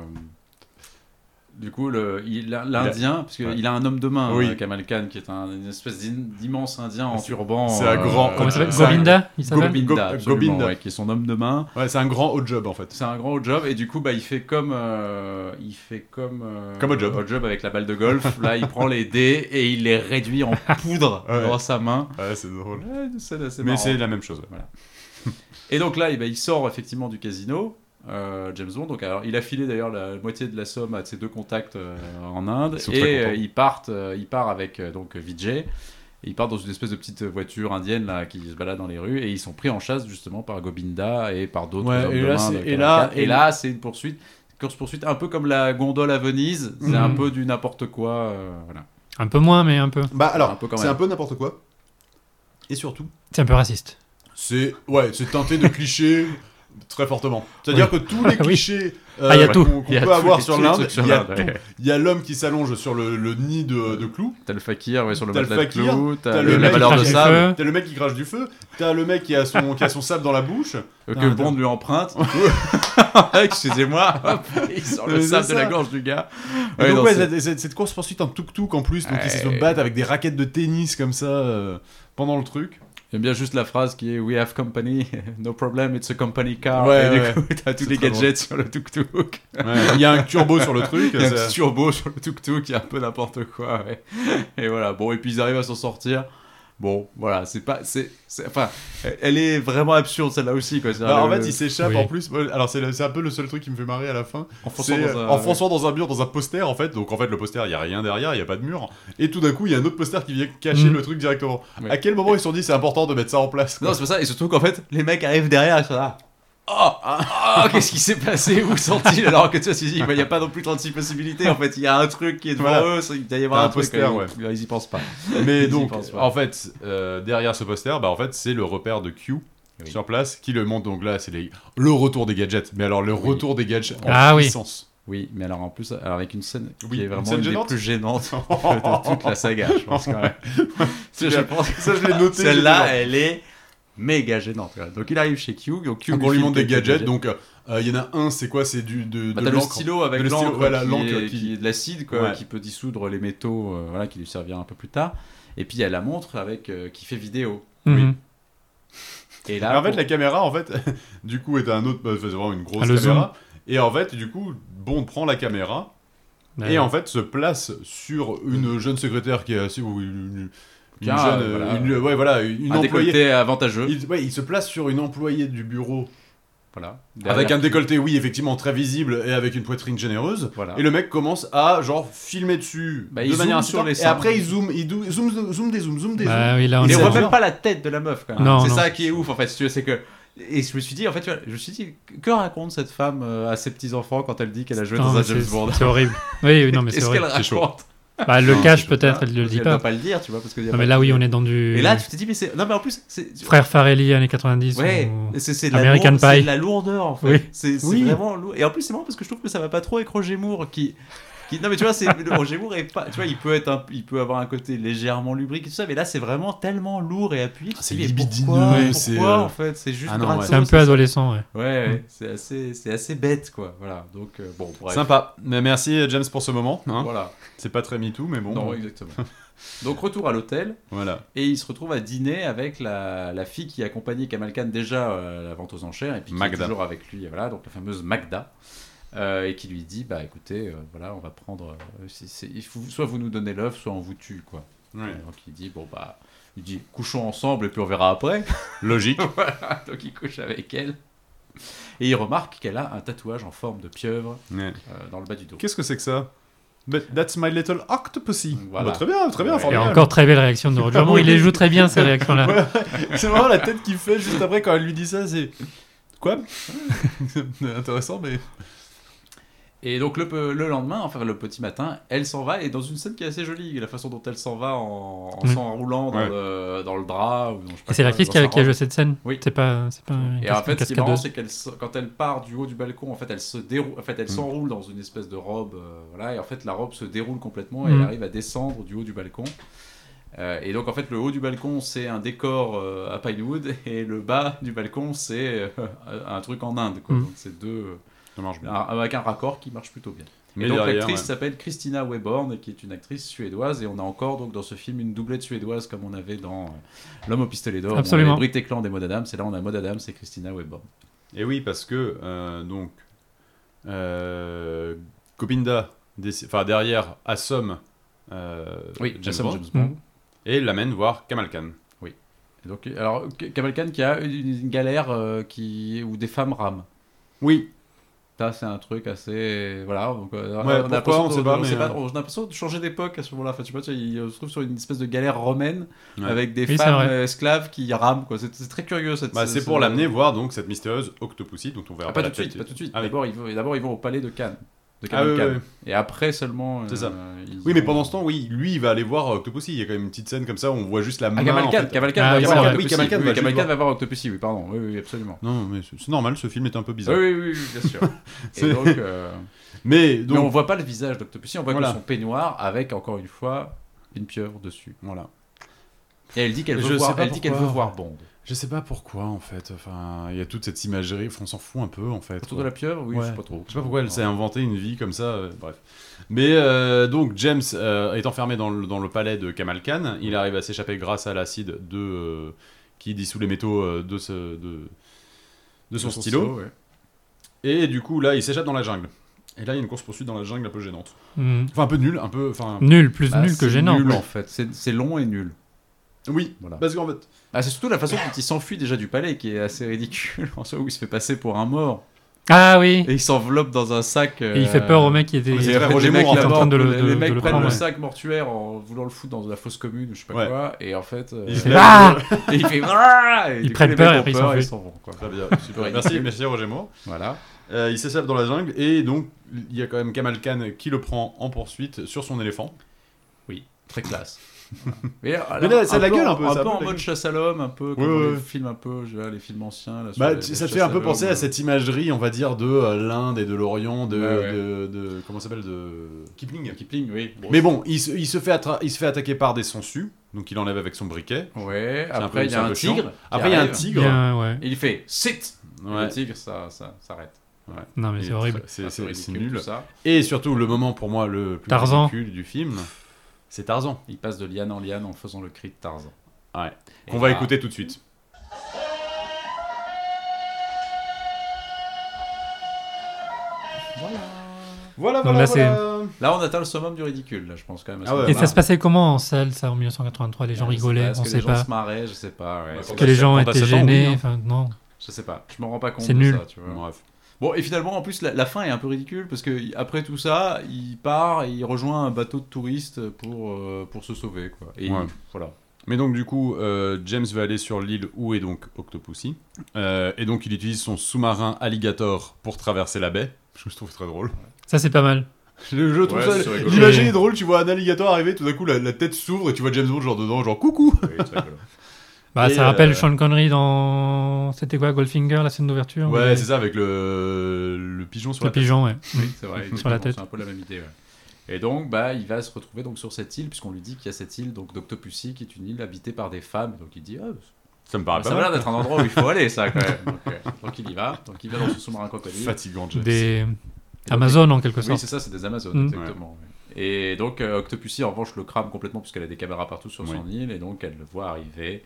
Du coup, le- il- l'Indien, parce qu'il ouais. a un homme de main, Oui. euh, Kamal Khan, qui est un, une espèce d'in- d'immense Indien en C'est- turban. euh, c'est un grand- Comment il s'appelle c'est un- Govinda Il s'appelle Govinda, Go- absolument, Govinda. ouais, qui est son homme de main. Ouais, c'est un grand haut job en fait. C'est un grand haut job et du coup bah il fait comme euh, il fait comme euh, Comme au job. au job avec la balle de golf là il prend les dés et il les réduit en poudre Ouais. dans sa main. Ouais, c'est drôle. Ouais, c'est- c'est Mais marrant. c'est la même chose. Et donc là, eh ben, il sort effectivement du casino, euh, James Bond. Donc, alors, il a filé d'ailleurs la moitié de la somme à ses deux contacts euh, en Inde. Ils sont très Et contents. euh, il, part, il part avec euh, donc Vijay. Et ils partent dans une espèce de petite voiture indienne là, qui se balade dans les rues. Et ils sont pris en chasse justement par Gobinda et par d'autres. Ouais, hommes et de là, main c'est- de et là- Kavalkade. et là, c'est une poursuite. Course-poursuite, un peu comme la gondole à Venise, c'est Mhm. un peu du n'importe quoi. euh, voilà. Un peu moins, mais un peu. Bah Un alors, peu quand c'est même. un peu n'importe quoi. Et surtout, C'est un peu raciste. c'est ouais, c'est teinté de clichés très fortement. C'est-à-dire que tous les Oui. clichés euh, Ah, il y a tout. qu'on qu'on Il y a peut tous avoir les- sur tous les l'Inde, trucs sur il y a l'Inde, tout. ouais. Il y a l'homme qui s'allonge sur le, le nid de, de clous. T'as le fakir ouais, sur le T'as le matelas de fakir, clous, t'as t'as le- le la mec valeur qui de crache les sable feux. T'as le mec qui crache du feu. T'as le mec qui a son qui a son sable dans la bouche. euh, que Putain, Bond lui emprunte. Excusez-moi, hop, il sort le Mais c'est sable de ça. la gorge du gars. Et Ouais, donc non, ouais, c'est- cette- cette, cette course poursuite en tuk-tuk en plus, donc ils se Ouais. battent avec des raquettes de tennis comme ça euh, pendant le truc. J'aime bien juste la phrase qui est We have company, no problem, it's a company car. Ouais, et du ouais. coup, t'as tous C'est les très gadgets sur le tuk-tuk. Ouais, Il y a un turbo sur le truc. Il y a un ça- petit turbo sur le tuk-tuk, il y a un peu n'importe quoi. ouais. Et voilà, bon, et puis ils arrivent à s'en sortir. Bon, voilà, c'est pas. c'est c'est- enfin, elle est vraiment absurde celle-là aussi. Quoi. C'est-à-dire Bah, en le- fait, il s'échappe Oui. en plus. Moi, Alors, c'est le- c'est un peu le seul truc qui me fait marrer à la fin. en fonçant C'est dans un- en fonçant dans un mur, dans un poster en fait. Donc, en fait, le poster, il y a rien derrière, il y a pas de mur. Et tout d'un coup, il y a un autre poster qui vient cacher Mm. le truc directement. Ouais. À quel moment ils se sont dit c'est important de mettre ça en place quoi Non, c'est pas ça. Et surtout qu'en fait, les mecs arrivent derrière, ils sont là. Oh, oh, qu'est-ce qui s'est passé Où sont-ils Alors que tu vois, tu dis, il n'y a pas non plus 36 possibilités. En fait, il y a un truc qui est devant Voilà. eux. c'est- Il doit y avoir T'as un, un truc, poster, euh, ils- Ils y pensent pas. Mais Ils y donc, pensent pas. en fait, euh, derrière ce poster, bah en fait, c'est le repère de Q Oui. sur place qui le montre. Donc là, c'est les- le retour des gadgets. Mais alors, le Oui. retour des gadgets en Ah oui. puissance. Oui, mais alors en plus, alors avec une scène qui Oui, est une vraiment scène une, des gênante. plus gênantes de toute la saga, je pense quand même. Je pense- Ça, je l'ai noté. Celle-là, j'ai elle est méga gênante. quoi. Donc il arrive chez Q. Donc Q dit, genre, on lui montre des file quelques gadgets. Donc, euh, il y en a un, c'est quoi C'est du de, Bah, de t'as le l'encre. stylo avec Le stylo, l'encre voilà, qui, l'encre est, qui- qui est de l'acide quoi, Ouais. qui peut dissoudre les métaux euh, voilà qui lui servira un peu plus tard et puis il y a la montre avec euh, qui fait vidéo Mhm. et Mais là en fait, pour- la caméra, en fait, du coup, est un autre. bah, c'est vraiment une grosse Ah, le caméra. Et en fait, du coup, Bond prend la caméra et Euh, en fait se place sur une jeune secrétaire qui est assez. ou une, une Qui a, jeune. euh, voilà, une- ouais, voilà, une un employée. décolleté avantageux Il, ouais, il se place sur une employée du bureau voilà avec Derrière- un décolleté, oui, effectivement très visible et avec une poitrine généreuse. voilà Et le mec commence à genre filmer dessus Ah. Bah, il de zoome manière sur insistante, les Et seins. après il zoome, il dou- zoom, zoom, zoom des zooms, zoom des zooms. bah oui, là, on Mais Il est on voit en- même pas la tête de la meuf quand même. Non, c'est non. ça qui est ouf en fait si tu veux, c'est que et je me suis dit en fait tu vois, je me suis dit que raconte cette femme euh, à ses petits enfants quand elle dit qu'elle a joué Non, dans mais un c'est- James Bond C'est horrible. Oui, oui, non, mais c'est est-ce qu'elle horrible. C'est chaud. raconte Bah, le Non, cache c'est peut-être, elle ne le Parce dit qu'elle doit pas. pas le dire tu vois parce que Non, mais là, oui, on est dans du. et là tu t'es dit mais c'est non mais en plus c'est Frère Farelli, années 90. Ouais, ou- c'est c'est de, la American lourde- c'est Pie. de la lourdeur en fait. Oui. C'est c'est Oui. vraiment lourd. Et en plus, c'est marrant parce que je trouve que ça va pas trop avec Roger Moore qui. qui- Non mais tu vois, c'est le Roger Moore est pas, tu vois, il peut être, un- il peut avoir un côté légèrement lubrique et tout ça, mais là c'est vraiment tellement lourd et appuyé. C'est Mais libidineux, pourquoi, pourquoi, c'est, euh, en fait, c'est juste Ah non, Mm. ouais. gratos, C'est un peu adolescent, ouais. Ouais, ouais, c'est assez, c'est assez bête quoi. Voilà, donc euh, bon, bref. Sympa. Mais merci James pour ce moment. hein. Voilà. C'est pas très MeToo, mais bon. Non, exactement. Donc retour à l'hôtel. Voilà. Et il se retrouve à dîner avec la, la fille qui accompagnait Kamal Khan déjà euh, à la vente aux enchères et puis qui Magda. est toujours avec lui, et voilà, donc la fameuse Magda, euh, et qui lui dit bah écoutez, euh, voilà, on va prendre, euh, c'est- c'est- il faut- soit vous nous donnez l'œuf, soit on vous tue quoi. Et Donc il dit bon bah, il dit couchons ensemble et puis on verra après. Logique. donc il couche avec elle et il remarque qu'elle a un tatouage en forme de pieuvre Ouais. euh, dans le bas du dos. Qu'est-ce que c'est que ça But that's my little octopussy. Voilà. Bah, très bien, très bien. Ouais. Et formidable. encore très belle réaction de Roger Ah Moore. oui. Il les joue très bien, ces réactions-là. C'est vraiment la tête qu'il fait juste après quand elle lui dit ça. C'est quoi C'est Intéressant, mais Et donc le, pe- le lendemain, enfin le petit matin, elle s'en va et dans une scène qui est assez jolie, la façon dont elle s'en va en, en Mm. s'enroulant dans, Ouais. le, dans le drap. Ou dans, je sais pas Et c'est quoi, l'actrice dans qui sa a, qui a robe. joué cette scène. Oui. C'est pas, c'est pas une Et en fait, ce qui est marrant, cascadeuse. c'est qu'elle se- quand elle part du haut du balcon, en fait, elle se déroule, en Mm. fait, elle s'enroule dans une espèce de robe, euh, voilà, et en fait, la robe se déroule complètement et Mm. elle arrive à descendre du haut du balcon. Euh, et donc, en fait, le haut du balcon, c'est un décor euh, à Pinewood, et le bas du balcon, c'est euh, un truc en Inde, quoi. Mm. Donc, c'est deux, euh, ça marche un- avec un raccord qui marche plutôt bien. Mais et donc derrière, l'actrice ouais. s'appelle Christina Weborn et qui est une actrice suédoise et on a encore donc dans ce film une doublette suédoise comme on avait dans euh, L'homme au pistolet d'or. Absolument. On avait Brit Eklund et Maud Adams et là on a Maud Adams et Christina Euh, Weborn. Et oui, parce que euh, donc euh, Gopinda, déc- enfin derrière, assomme euh, James Jason Bond James Bond. Mm. et l'amène voir Kamal Khan. Et Donc euh, alors K- Kamal Khan qui a une, une galère euh, qui où des femmes rament. Oui, Ça c'est un truc assez voilà donc euh, on pourquoi, l'impression on de- sait pas, on mais, euh, on a l'impression de changer d'époque à ce moment-là. Enfin tu vois tu sais, il euh, se trouve sur une espèce de galère romaine Ouais. avec des Oui, c'est femmes vrai. euh, esclaves qui rament quoi. C'est c'est très curieux cette. bah, c'est ce- pour l'amener voir donc cette mystérieuse Octopussy dont on verra Ah, pas, la tout de suite, tête. pas tout de suite. Ah oui. D'abord, ils vont, d'abord, ils vont au palais de Cannes. De Ah, Cannes, oui, Cannes. oui, oui. Et après seulement. C'est euh, ça. ils Oui, mais ont- pendant ce temps, oui, lui, il va aller voir euh, Octopussy. Il y a quand même une petite scène comme ça où on voit juste la main. Ah, Kamal en Khan, fait. Kamal Khan Ah, va oui, voir c'est vrai. Octopussy. Oui, Kamal Khan Oui, va Kamal juste Khan va voir Octopussy, oui, pardon. Oui, oui, absolument. Non, mais c'est c'est normal, ce film est un peu Oui, bizarre. oui, oui, oui, bien sûr. Et donc, euh, Mais donc, mais on voit pas le visage d'Octopussy, on voit Voilà. que son peignoir avec, encore une fois, une pieuvre dessus. voilà. Et elle dit qu'elle Je veut, sais voir, pas elle dit qu'elle veut pourquoi. voir Bond. Je sais pas pourquoi en fait. Enfin, il y a toute cette imagerie. On s'en fout un peu en fait. Autour de la pieuvre, oui, Ouais. je sais pas trop. Je sais pas pourquoi elle s'est inventée une vie comme ça, euh, bref. Mais euh, donc James euh, est enfermé dans le, dans le palais de Kamal Khan. Il arrive à s'échapper grâce à l'acide de euh, qui dissout les métaux euh, de, ce, de, de son stylo. ouais. Et du coup là, il s'échappe dans la jungle. Et là, il y a une course poursuite dans la jungle un peu gênante. Mm. Enfin, un peu nulle, un peu. Enfin, Nul, plus Bah, nul que c'est gênant. Nul en fait, c'est c'est long et nul. oui. Voilà. Parce qu'en fait, Ah, c'est surtout la façon dont il s'enfuit déjà du palais qui est assez ridicule en soi, où il se fait passer pour un mort Ah oui et il s'enveloppe dans un sac. euh, Et il fait peur au mec qui était. Mais Les, c'est vrai, Roger mecs, Moore, en là-bas, train de le- les de- les de mecs le prennent prendre, le ouais. sac mortuaire en voulant le foutre dans la fosse commune ou je sais pas Ouais. quoi, et en fait, euh, Il et se il, lève. fait. Ah Et Ils du coup, prennent les peur mecs ont et après peur ils s'enfuient. et ils s'en vont. Quoi. très bien, super. merci, Ridicule. merci Roger Moore. Voilà. Euh, il s'échappe dans la jungle et donc il y a quand même Kamal Khan qui le prend en poursuite sur son éléphant. Très classe. Mais, alors, Mais là, ça a de la peu gueule, en- un peu, Un ça a peu de la en mode gueule. chasse à l'homme, un peu comme Ouais, dans les ouais. films un peu, je sais pas, les films anciens. Là, sur Bah, les- tu- les ça te chasses fait un peu l'homme, penser euh, à cette imagerie, on va dire, de euh, l'Inde et de l'Orient, de, Ouais, ouais. de, de- comment ça s'appelle, de Kipling. Kipling, oui. Mais bon, il se, il se fait attra- il se fait attaquer par des sangsues, donc il enlève avec son briquet. Ouais, un peu- après il y c'est a un un peu chiant. tigre. qui Après, il y a un arrive. tigre. Bien, ouais. Et il fait sit Ouais. Le tigre, ça, ça s'arrête. Non, mais Il est c'est horrible. très- c'est- Ça, c'est- c'est ridicule, nul. tout ça. Et surtout, le moment pour moi le plus Tarzan. ridicule du film, c'est Tarzan, Il passe de liane en liane en faisant le cri de Tarzan. Ouais. Et qu'on va là, écouter tout de suite. voilà. Voilà, Donc voilà, là, voilà. Là, on atteint le summum du ridicule, là, je pense quand même. à ce Ah ouais. moment-là. Et ça se passait comment en salle, ça, en 1983 Les Je gens sais pas, rigolaient, est-ce on que sait Les gens pas. se marraient, je sais pas. ouais. Ouais, C'est quand Que pas- les t'as- gens quand t'as étaient sept ans, oui, gênés, hein. enfin, non. Je sais pas, je m'en rends pas compte. C'est de nul. ça, tu vois. Bref. Bon, et finalement, en plus, la, la fin est un peu ridicule parce que après tout ça, il part et il rejoint un bateau de touristes pour, euh, pour se sauver, quoi. Et Ouais. voilà. Mais donc du coup, euh, James veut aller sur l'île où est donc Octopussy. Euh, et donc il utilise son sous-marin Alligator pour traverser la baie. Je trouve très drôle. Ça, c'est pas mal. Je, je trouve Ouais, ça. c'est rigolo. L'imagine Et- est drôle, tu vois un alligator arriver, tout d'un coup la, la tête s'ouvre et tu vois James Bond genre dedans, genre coucou Bah, Et, ça rappelle euh, Sean Connery dans. C'était quoi, Goldfinger, la scène d'ouverture Ouais, mais- c'est ça, avec le, le pigeon sur Le la tête. pigeon, ouais. Oui, c'est vrai. Sur la exactement, tête. C'est un peu la même idée. ouais. Et donc, bah, il va se retrouver donc sur cette île, puisqu'on lui dit qu'il y a cette île donc d'Octopussy, qui est une île habitée par des femmes. Donc il dit, Ah, Ça me paraît ça pas va mal. l'air d'être un endroit où il faut aller, ça quand même. Donc, euh, donc, il y va. Donc il va dans ce sous-marin crocodile. Fatigant, James. Des. Amazon, en quelque Oui, sorte. c'est ça, c'est des Amazones, Mm. exactement. ouais. Et donc, euh, Octopussy, en revanche, le crame complètement, puisqu'elle a des caméras partout sur son île, et donc elle le voit arriver.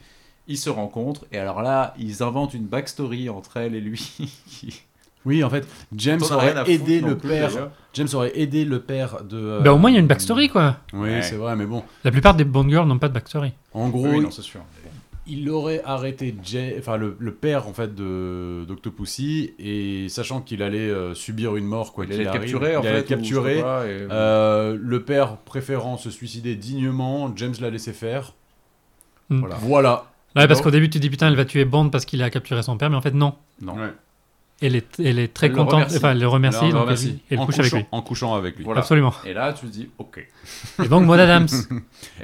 Ils se rencontrent, et alors là, ils inventent une backstory entre elle et lui. qui- Oui, en fait, James T'en as rien à aurait aidé foutre non le plus, père. d'ailleurs. James aurait aidé le père de. euh, Bah, au moins, il y a une backstory, quoi. Oui, Ouais. c'est vrai, mais bon. La plupart des Bond Girls n'ont pas de backstory. En gros, Oui, non, c'est sûr. il aurait arrêté Jay, enfin le, le père en fait de d'Octopussy et sachant qu'il allait euh, subir une mort quoi Il qu'il allait le arrive, capturer, en il fait. allait ou le capturer. je sais pas, et- Euh, le père préférant se suicider dignement, James l'a laissé faire. Mm. Voilà. Voilà. Ouais, parce Non. qu'au début, tu dis putain, elle va tuer Bond parce qu'il a capturé son père, mais en fait, non. Non. Ouais. Elle est, elle est très Elle le contente, remercie. enfin, elle le remercie, Alors, donc bah, merci. elle, elle en couche couchant, avec lui. En couchant avec lui. Voilà. Absolument. Et là, tu te dis, ok. Et donc, Maud Adams,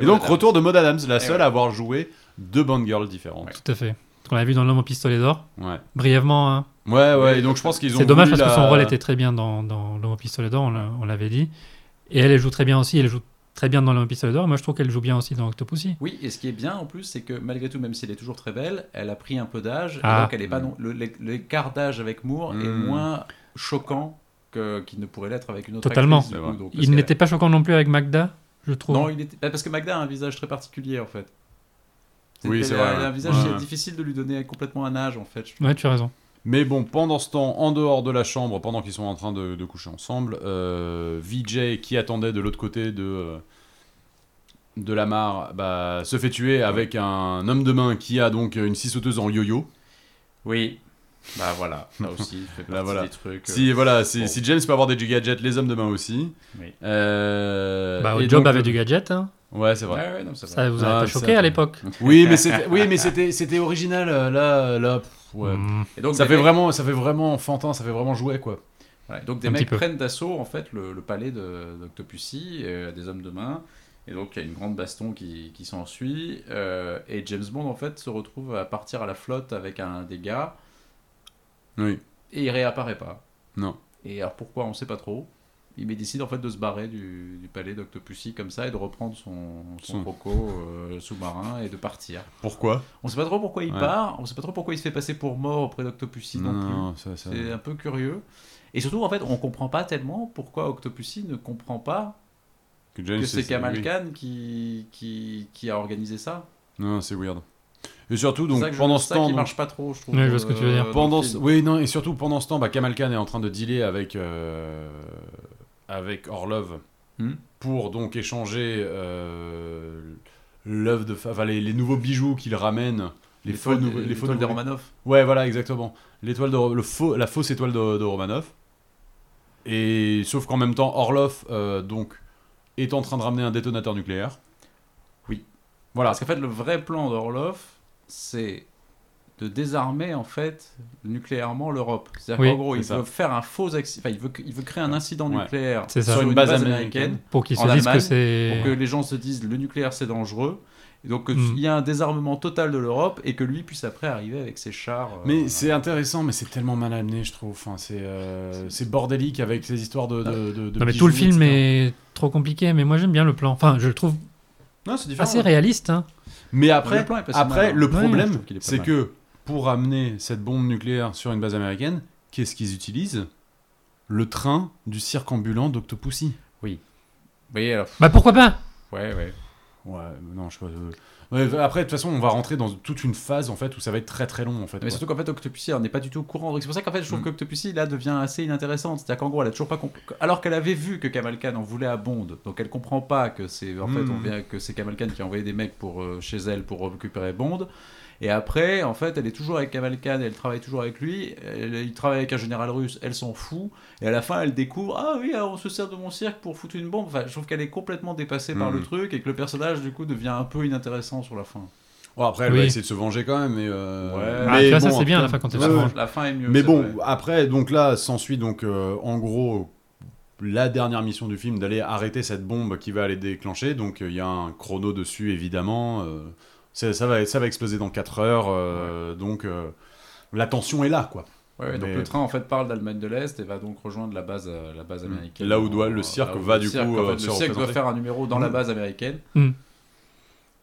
Et, donc, voilà. retour de Maud Adams, la Et seule voilà. à avoir joué deux Bond Girls différentes. tout à fait. Qu'on a vu dans L'homme au pistolet d'or, Ouais. brièvement. hein. Ouais, ouais, et donc je pense qu'ils ont. C'est dommage voulu parce que la- son rôle était très bien dans, dans L'homme au pistolet d'or, on l'a- on l'avait dit. Et elle, elle joue très bien aussi, elle joue très bien dans L'homme au pistolet d'or. Moi, je trouve qu'elle joue bien aussi dans Octopussy. Oui, et ce qui est bien en plus, c'est que malgré tout, même si elle est toujours très belle, elle a pris un peu d'âge, et Ah. Hmm. donc elle est pas non... le- l'é- l'écart d'âge avec Moore est Mm. moins choquant que- qu'il ne pourrait l'être avec une autre Totalement. actrice, du C'est coup, vrai. donc, parce Il qu'elle- n'était pas choquant non plus avec Magda, je trouve. Non, il était... bah, parce que Magda a un visage très particulier en fait. Oui, c'est elle a- vrai, elle a un ouais. visage qui est Ouais. difficile de lui donner complètement un âge en fait. je trouve. Ouais, tu as raison. Mais bon, pendant ce temps, en dehors de la chambre, pendant qu'ils sont en train de, de coucher ensemble, euh, Vijay, qui attendait de l'autre côté de, euh, de la mare, bah, se fait tuer avec un homme de main qui a donc une scie sauteuse en yo-yo. Oui. Bah voilà, là aussi, il fait partie voilà. des trucs. euh, Si, voilà, si, bon. si James peut avoir des gadgets, les hommes de main aussi. Oui. Euh, Bah, au et job donc- euh, avait du gadget, hein. Ouais, c'est vrai. Ouais, ouais, non, ça va. ça vous a Ah, pas ça, choqué à attends. l'époque. Oui, mais c'était, oui, mais c'était, c'était original. euh, Là, là, pff, ouais. Mm. Et donc, Ça des fait mecs- vraiment, ça fait vraiment enfantin, ça fait vraiment jouet, quoi. voilà, Donc des Un petit mecs peu. prennent d'assaut en fait le, le palais de- d'Octopussy, euh, des hommes de main. Et donc il y a une grande baston qui, qui s'ensuit. euh, et James Bond en fait se retrouve à partir à la flotte avec un des gars Oui. et il réapparaît pas. Non. Et alors pourquoi on sait pas trop. Il mais décide en fait de se barrer du, du palais d'Octopussy comme ça et de reprendre son, son Son- croco euh, sous-marin et de partir. Pourquoi On sait pas trop pourquoi il Ouais. part, on sait pas trop pourquoi il se fait passer pour mort auprès d'Octopussy non, plus. Non, ça, ça. C'est un peu curieux. Et surtout, en fait, on comprend pas tellement pourquoi Octopussy ne comprend pas Que, James, que c'est Kamal oui. Khan qui, qui, qui a organisé ça. Non, c'est weird. Et surtout, C'est donc, ça que je- pendant c'est ce ça temps. qui donc, marche pas trop, je trouve. Ouais, je vois ce que tu veux dire. euh, dans le pendant ce- film. Oui, non, et surtout, pendant ce temps, bah, Kamal Khan est en train de dealer avec, euh, avec Orlov Hmm. pour donc échanger euh, l'œuvre de. Enfin, les, les nouveaux bijoux qu'il ramène. Les, faux L'étoile- nouveaux- les faux l'étoile des nouveaux- Romanov. Ouais, voilà, exactement. L'étoile de, le faux, la fausse étoile de, de Romanov. Et sauf qu'en même temps, Orlov euh, donc est en train de ramener un détonateur nucléaire. Oui. Voilà. Parce qu'en fait, le vrai plan d'Orlov, c'est de désarmer en fait nucléairement l'Europe. C'est-à-dire Oui. qu'en gros, il C'est ça. veut faire un faux accident. Enfin, il veut, il veut créer un incident Ouais. nucléaire C'est ça. sur une base, américaine, Pour qu'ils En se disent Allemagne, que c'est. pour que les gens se disent le nucléaire c'est dangereux. Et donc Mm. il y a un désarmement total de l'Europe et que lui puisse après arriver avec ses chars. euh, Mais c'est intéressant, mais c'est tellement mal amené, je trouve. Enfin, c'est euh, c'est bordélique avec ces histoires de. de, de- de Non, mais bijoux, tout le film etc. est trop compliqué, mais moi j'aime bien le plan. Enfin, je le trouve Non, c'est Ah, différent. assez réaliste. hein. Mais après, Le plan est pas si mal, après hein. le Ouais, je problème, trouve qu'il est pas c'est mal. que pour amener cette bombe nucléaire sur une base américaine, qu'est-ce qu'ils utilisent Le train du cirque ambulant d'Octopussy. Vous voyez alors. Bah pourquoi pas Ouais, ouais. Ouais, mais non, je sais pas. euh, ouais, après, de toute façon, on va rentrer dans toute une phase en fait où ça va être très très long en fait. Mais ouais. surtout qu'en fait, Octopussy elle n'est pas du tout au courant. Donc, C'est pour ça qu'en fait, je trouve Mm. qu'Octopussy là devient assez inintéressante. C'est-à-dire qu'en gros, elle a toujours pas compris. Alors qu'elle avait vu que Kamal Khan en voulait à Bond, donc elle comprend pas que c'est en fait Mm. on vient que c'est Kamal Khan qui a envoyé des mecs pour euh, chez elle pour récupérer Bond. Et après, en fait, elle est toujours avec Kamal Khan, elle travaille toujours avec lui. Elle- il travaille avec un général russe, elle s'en fout. Et à la fin, elle découvre ah oui, alors on se sert de mon cirque pour foutre une bombe. Enfin, je trouve qu'elle est complètement dépassée par Mm. le truc et que le personnage du coup devient un peu inintéressant sur la fin. Ouais, après, elle va Oui. essayer de se venger quand même. Mais, euh, Ouais. Ah, mais tu vois, ça bon, c'est bien à la fin quand elle Ouais, se ouais. mange. La fin est mieux. Mais c'est bon, vrai. après, donc là, s'ensuit donc euh, en gros la dernière mission du film d'aller arrêter cette bombe qui va aller déclencher. Donc euh, il y a un chrono dessus évidemment. euh, ça, ça va, ça va exploser dans 4 heures. euh, Donc euh, la tension est là quoi. Ouais, ouais, donc Mais- le train en fait parle d'Allemagne de l'Est et va donc rejoindre la base, euh, la base Mm. américaine. Là où doit- En- le cirque là où va, le du cirque, coup, en fait, euh, le se cirque doit représenter. faire un numéro dans la Mm. base américaine. Mm.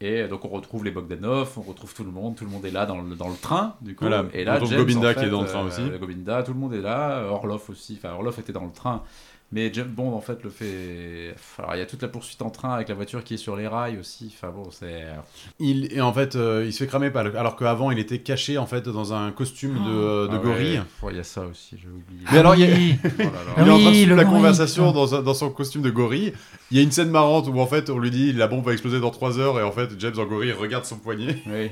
Et euh, donc on retrouve les Bogdanov, on retrouve tout le monde, tout le monde est là dans le, dans le train du coup. Voilà, et on là, retrouve James, Gobinda en qui fait, est dans le euh, train aussi. Gobinda, tout le monde est là, euh, Orlov aussi, enfin Orlov était dans le train. Mais James Bond en fait le fait. Alors il y a toute la poursuite en train avec la voiture qui est sur les rails aussi. Enfin bon, c'est. Il et en fait euh, il se fait cramer par le- alors qu'avant il était caché en fait dans un costume de, euh, de Ah ouais, gorille. ouais, Il y a ça aussi, j'ai oublié. Mais alors, il y a- Oui. Oh là là. Ah Il est en train de oui, suivre le la gorille, Ah. conversation putain. dans, son- dans son costume de gorille. Il y a une scène marrante où en fait on lui dit la bombe va exploser dans 3 heures et en fait James en gorille regarde son poignet. Oui.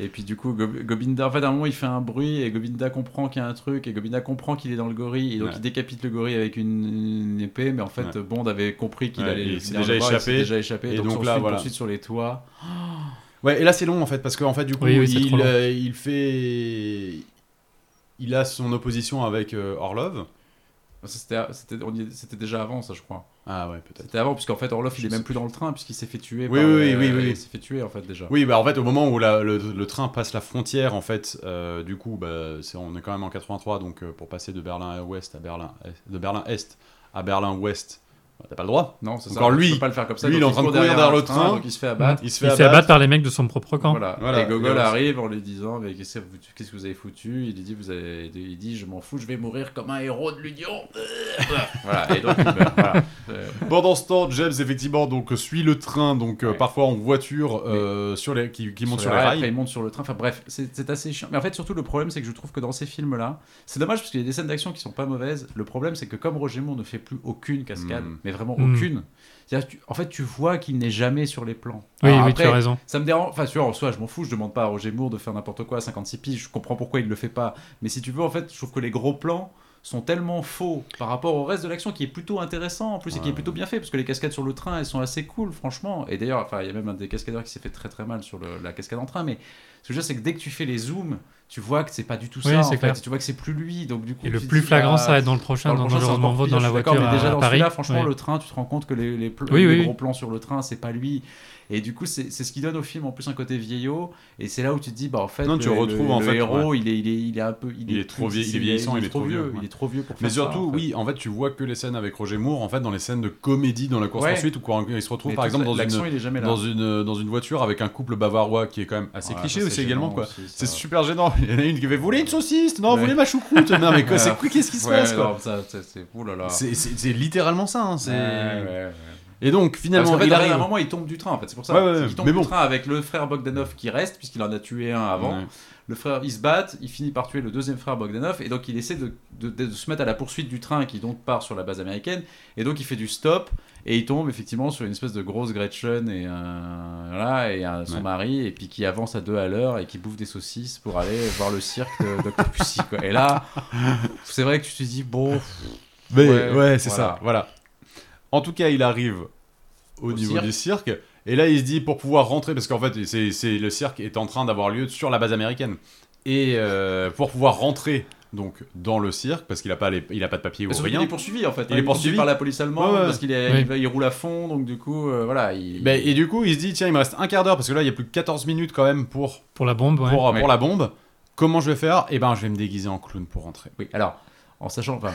Et puis du coup, Gob- Gobinda, en fait, à un moment, il fait un bruit et Gobinda comprend qu'il y a un truc et Gobinda comprend qu'il est dans le gorille et donc Ouais. il décapite le gorille avec une, une épée. Mais en fait, Ouais. Bond avait compris qu'il Ouais, allait il le s'est finir déjà le bras, échappé. il s'est déjà échappé. Et donc, donc ensuite, là, voilà. poursuite sur les toits. Ouais, et là c'est long en fait parce qu'en fait du coup Oui, oui, c'est trop il, long. euh, il fait. Il a son opposition avec euh, Orlov. Ça, C'était c'était- on y est- c'était déjà avant, ça, je crois. Ah ouais, peut-être. C'était avant, puisqu'en fait, Orlov, il Je est même sais plus dans le train puisqu'il s'est fait tuer. Oui, par, oui, euh, oui, oui, oui, oui. Il s'est fait tuer, en fait, déjà. Oui, bah en fait, au moment où la- le, le train passe la frontière, en fait, euh, du coup, bah, c'est- on est quand même euh, en 83, donc euh, pour passer de Berlin à ouest à Berlin, est- de Berlin est à Berlin ouest, T'as pas le droit. Non, c'est ça. Encore lui. je peux pas le faire comme ça. donc Lui, il est en train de court courir derrière derrière le un train. donc il se fait abattre. Il se fait Il s'est abattre. abattre par les mecs de son propre camp. Voilà. Voilà. Et Gogol Et on- arrive en lui disant mais qu'est-ce que vous- qu'est-ce que vous avez foutu Il lui dit vous avez il dit je m'en fous, je vais mourir comme un héros de l'Union. voilà. Et donc il meurt. Voilà. Euh, Pendant ce temps, James effectivement donc suit le train donc euh, Ouais. parfois en voiture euh, sur les qui, qui monte sur les Après, il rails. monte sur le train. Enfin bref, c'est c'est assez chiant. Mais en fait, surtout le problème, c'est que je trouve que dans ces films-là, c'est dommage parce qu'il y a des scènes d'action qui sont pas mauvaises. Le problème, c'est que comme Roger Moore ne fait plus aucune cascade, Mm. mais vraiment Mm. aucune. c'est-à-dire que tu- en fait, tu vois qu'il n'est jamais sur les plans. Oui, Alors oui, après, tu as raison. Ça me dérange. Enfin, tu vois, en soi, je m'en fous. Je demande pas à Roger Moore de faire n'importe quoi à 56 piges. Je comprends pourquoi il le fait pas. Mais si tu veux, en fait, je trouve que les gros plans sont tellement faux par rapport au reste de l'action qui est plutôt intéressant en plus et qui est plutôt bien fait parce que les cascades sur le train elles sont assez cool franchement et d'ailleurs enfin il y a même un des cascadeurs qui s'est fait très très mal sur le- la cascade en train mais ce que je veux dire c'est que dès que tu fais les zooms tu vois que c'est pas du tout Oui, ça en c'est fait. clair. tu vois que c'est plus lui donc du coup Et le tu te plus dis, flagrant, bah, ça va être dans le prochain, dans, prochain, c'est Dangereusement encore Vaude, pire, dans je la suis voiture d'accord, mais déjà à, dans à Paris. celui-là, franchement, Ouais. le train, tu te rends compte que les, les, pl- Oui, les oui, gros oui. plans sur le train, c'est pas lui. Et du coup, c'est c'est ce qui donne au film en plus un côté vieillot. Et c'est là où tu te dis, bah en fait, Non, le, tu le- retrouves, en le fait, héros, il, est, il, est, il est un peu. Il est trop plus- vieil- il est vieillissant, il est trop vieux, ouais. Il est trop vieux pour faire Mais ça, surtout, en fait. oui, en fait, tu vois que les scènes avec Roger Moore, en fait, dans les scènes de comédie dans la course Ouais. poursuite ou quand il se retrouve Mais par toute exemple la- dans l'action, une, il est jamais là. dans une dans une voiture avec un couple bavarois qui est quand même assez Ouais, cliché ça, aussi c'est également gênant quoi. aussi, ça. C'est super gênant. Il y en a une qui fait vous voulez une saucisse Non, vous Ouais. voulez ma choucroute Non mais quoi, c'est Ouais. quoi Qu'est-ce qui se Ouais, passe quoi non, ça, c'est- C'est ouh là là. C'est c'est- c'est littéralement ça. hein, c'est- Ouais, ouais, ouais. Et donc Parce finalement qu'en fait, il à arrive. un moment, il tombe du train, en fait. C'est pour ça. Ouais, ouais, il tombe mais du bon. train avec le frère Bogdanov qui reste, puisqu'il en a tué un avant. Ouais. Le frère, ils se battent, il finit par tuer le deuxième frère Bogdanov, et donc il essaie de, de- de se mettre à la poursuite du train qui donc part sur la base américaine, et donc il fait du stop, et il tombe effectivement sur une espèce de grosse Gretchen et, un, voilà, et un- son Ouais. mari, et puis qui avance à deux à l'heure, et qui bouffe des saucisses pour aller voir le cirque de- d'Octopussy. quoi. Et là, c'est vrai que tu te dis, bon, Mais ouais, Ouais, c'est voilà. ça, voilà. En tout cas, il arrive au, Au niveau cirque. du cirque. Et là, il se dit, pour pouvoir rentrer, parce qu'en fait, c'est, c'est- le cirque est en train d'avoir lieu sur la base américaine. Et euh, pour pouvoir rentrer donc dans le cirque, parce qu'il n'a pas, les- il a pas de papier ou Parce qu'il rien. est poursuivi en fait. Il est poursuivi. par la police allemande Ouais, ouais. parce qu'il est, Oui. il, va- il roule à fond, donc du coup, euh, voilà. Il... Ben, et du coup, il se dit, tiens, il me reste un quart d'heure, parce que là, il y a plus que 14 minutes quand même pour, Pour la bombe, ouais. pour, pour Ouais. la bombe. Comment je vais faire Eh ben, je vais me déguiser en clown pour rentrer. Oui, alors, en sachant, enfin,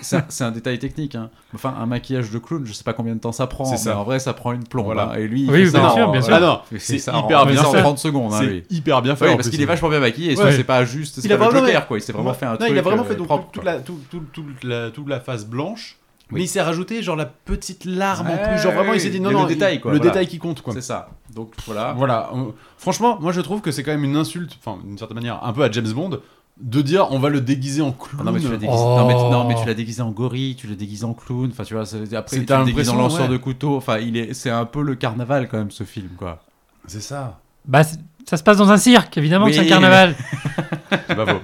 c'est un- c'est un détail technique. hein. Enfin, un maquillage de clown, je sais pas combien de temps ça prend. C'est ça. Mais en vrai, ça prend une plombe. Voilà. hein. Et lui, il Oui, fait ça bien en- sûr, bien voilà. sûr. Ah non, Il fait c'est ça en- hyper il fait bien ça en fait. 30 secondes, hein, c'est lui. hyper bien fait. Oui, en parce plus, qu'il est vachement bien maquillé. et ça, Ouais. C'est pas juste. Il C'est a pas le vraiment- Joker, quoi. Il s'est vraiment fait un non, truc. il a vraiment euh, fait donc propre, toute, quoi. la, tout- tout- toute la, toute la face blanche. Oui. Mais il s'est rajouté genre la petite larme en Ouais, plus. Genre vraiment, il s'est dit oui, non, mais non, le il- détail, quoi, Le voilà. détail qui compte, quoi. C'est ça. Donc voilà. Voilà. on- Franchement, moi je trouve que c'est quand même une insulte, enfin d'une certaine manière, un peu à James Bond, de dire on va le déguiser en Ah clown. non, mais tu l'as déguisé, Oh. non, mais tu- non, mais tu l'as déguisé en gorille, tu l'as déguisé en clown, enfin tu vois, ça- après C'est tu le déguises l'impression, en lanceur ouais. de couteau, enfin il est, c'est un peu le carnaval quand même ce film quoi. C'est ça. Bah, c'est- ça se passe dans un cirque, évidemment, que c'est un Oui. carnaval. Bravo.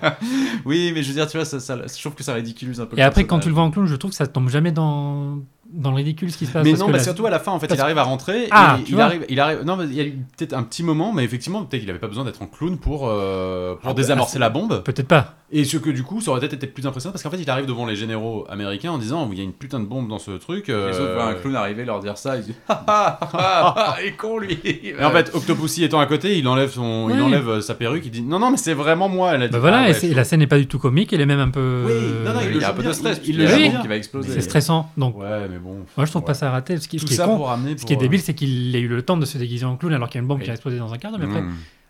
Oui, mais je veux dire, tu vois, ça, ça- je trouve que ça ridiculise un peu. Et le après, quand personnage. tu le vois en clown, je trouve que ça tombe jamais dans, dans le ridicule ce qui se passe. mais parce non, que mais là- surtout à la fin, en fait, parce il arrive à rentrer. Ah, et tu il vois. arrive, il arrive. Non, mais il y a eu peut-être un petit moment, mais effectivement, peut-être qu'il avait pas besoin d'être en clown pour euh, pour bah, Ah, désamorcer c'est- la bombe. Peut-être pas. Et ce que du coup, ça aurait peut-être été plus impressionnant parce qu'en fait, il arrive devant les généraux américains en disant il y a une putain de bombe dans ce truc. euh, Les autres voient un clown arriver, leur dire ça, ils disent ah ah ah, ah, il est con lui. Et en fait, Octopussy étant à côté, il enlève son, il Oui. enlève euh, sa perruque, il dit non non mais c'est vraiment moi. Elle a dit, Bah voilà, Ah et, ouais, c'est- et la scène n'est pas du tout comique, elle est même un peu. Oui, non, non, il le y a un joue peu bien, de stress, il, il- il y a le la joue bombe bien. qui va exploser. C'est stressant. Donc, Ouais mais bon. moi, je trouve ouais. pas ça raté. Ce qui, ce Tout qui est ça con, pour amener. ce qui est débile, c'est qu'il ait eu le temps de se déguiser en clown alors qu'il y a une bombe euh, Oui. Mm. qui a explosé dans un cadre. Mais après,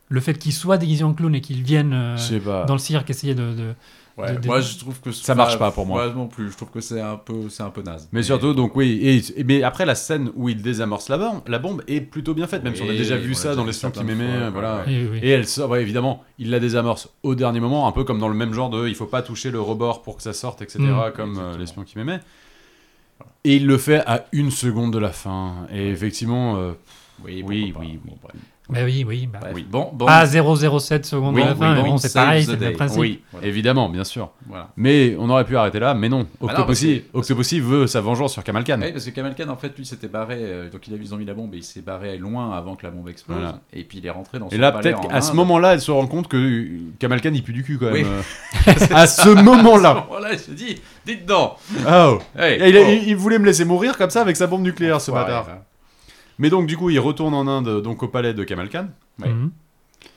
le fait qu'il soit déguisé en clown et qu'il vienne euh, euh, hmm. Je sais pas. dans le cirque essayer de. de- Ouais, de- moi, je trouve que Ça marche pas pour moi. non plus, je trouve que c'est un peu, c'est un peu naze. Mais surtout donc oui et, et- mais après la scène où il désamorce la bombe, la bombe est plutôt bien faite même si on a Oui, déjà on vu a ça déjà dans vu les ça films qui plein de m'aimaient fois, voilà. ouais. Oui, oui, oui. Et elle sort, ouais, évidemment, il la désamorce au dernier moment, un peu comme dans le même genre de il faut pas toucher le rebord pour que ça sorte, etc., Mm. comme euh, Exactement. l'espion qui m'aimait. Et il le fait à une seconde de la fin. Et effectivement, euh, Oui, Oui, pourquoi oui, pas. oui. Bon, bref. Bah oui, oui. bah. Bref. Bon, bon. Pas 0,07 secondes Oui, à la oui, fin, mais bon, bon, c'est save pareil, the c'est le day. même principe. oui, Voilà. évidemment, bien sûr. Voilà. Mais on aurait pu arrêter là, mais non. Bah non, parce Octopussy, que- parce Octopussy veut sa vengeance sur Kamal Khan. Oui, parce que Kamal Khan, en fait, lui, s'était barré. euh, donc, il a, ils ont mis la bombe et il s'est barré loin avant que la bombe explose. Voilà. Et puis, il est rentré dans son Et là, palais peut-être en qu'à ce Inde. moment-là, elle se rend compte que euh, Kamal Khan, il pue du cul quand même. Oui. euh. à ce moment-là. Voilà, il se dit, dites donc Oh. Hey, Et Il, a- oh. il- il voulait me laisser mourir comme ça avec sa bombe nucléaire, ce Enfoiré, bâtard. hein. Mais donc, du coup, il retourne en Inde, donc au palais de Kamal Khan. Ouais. Mhm.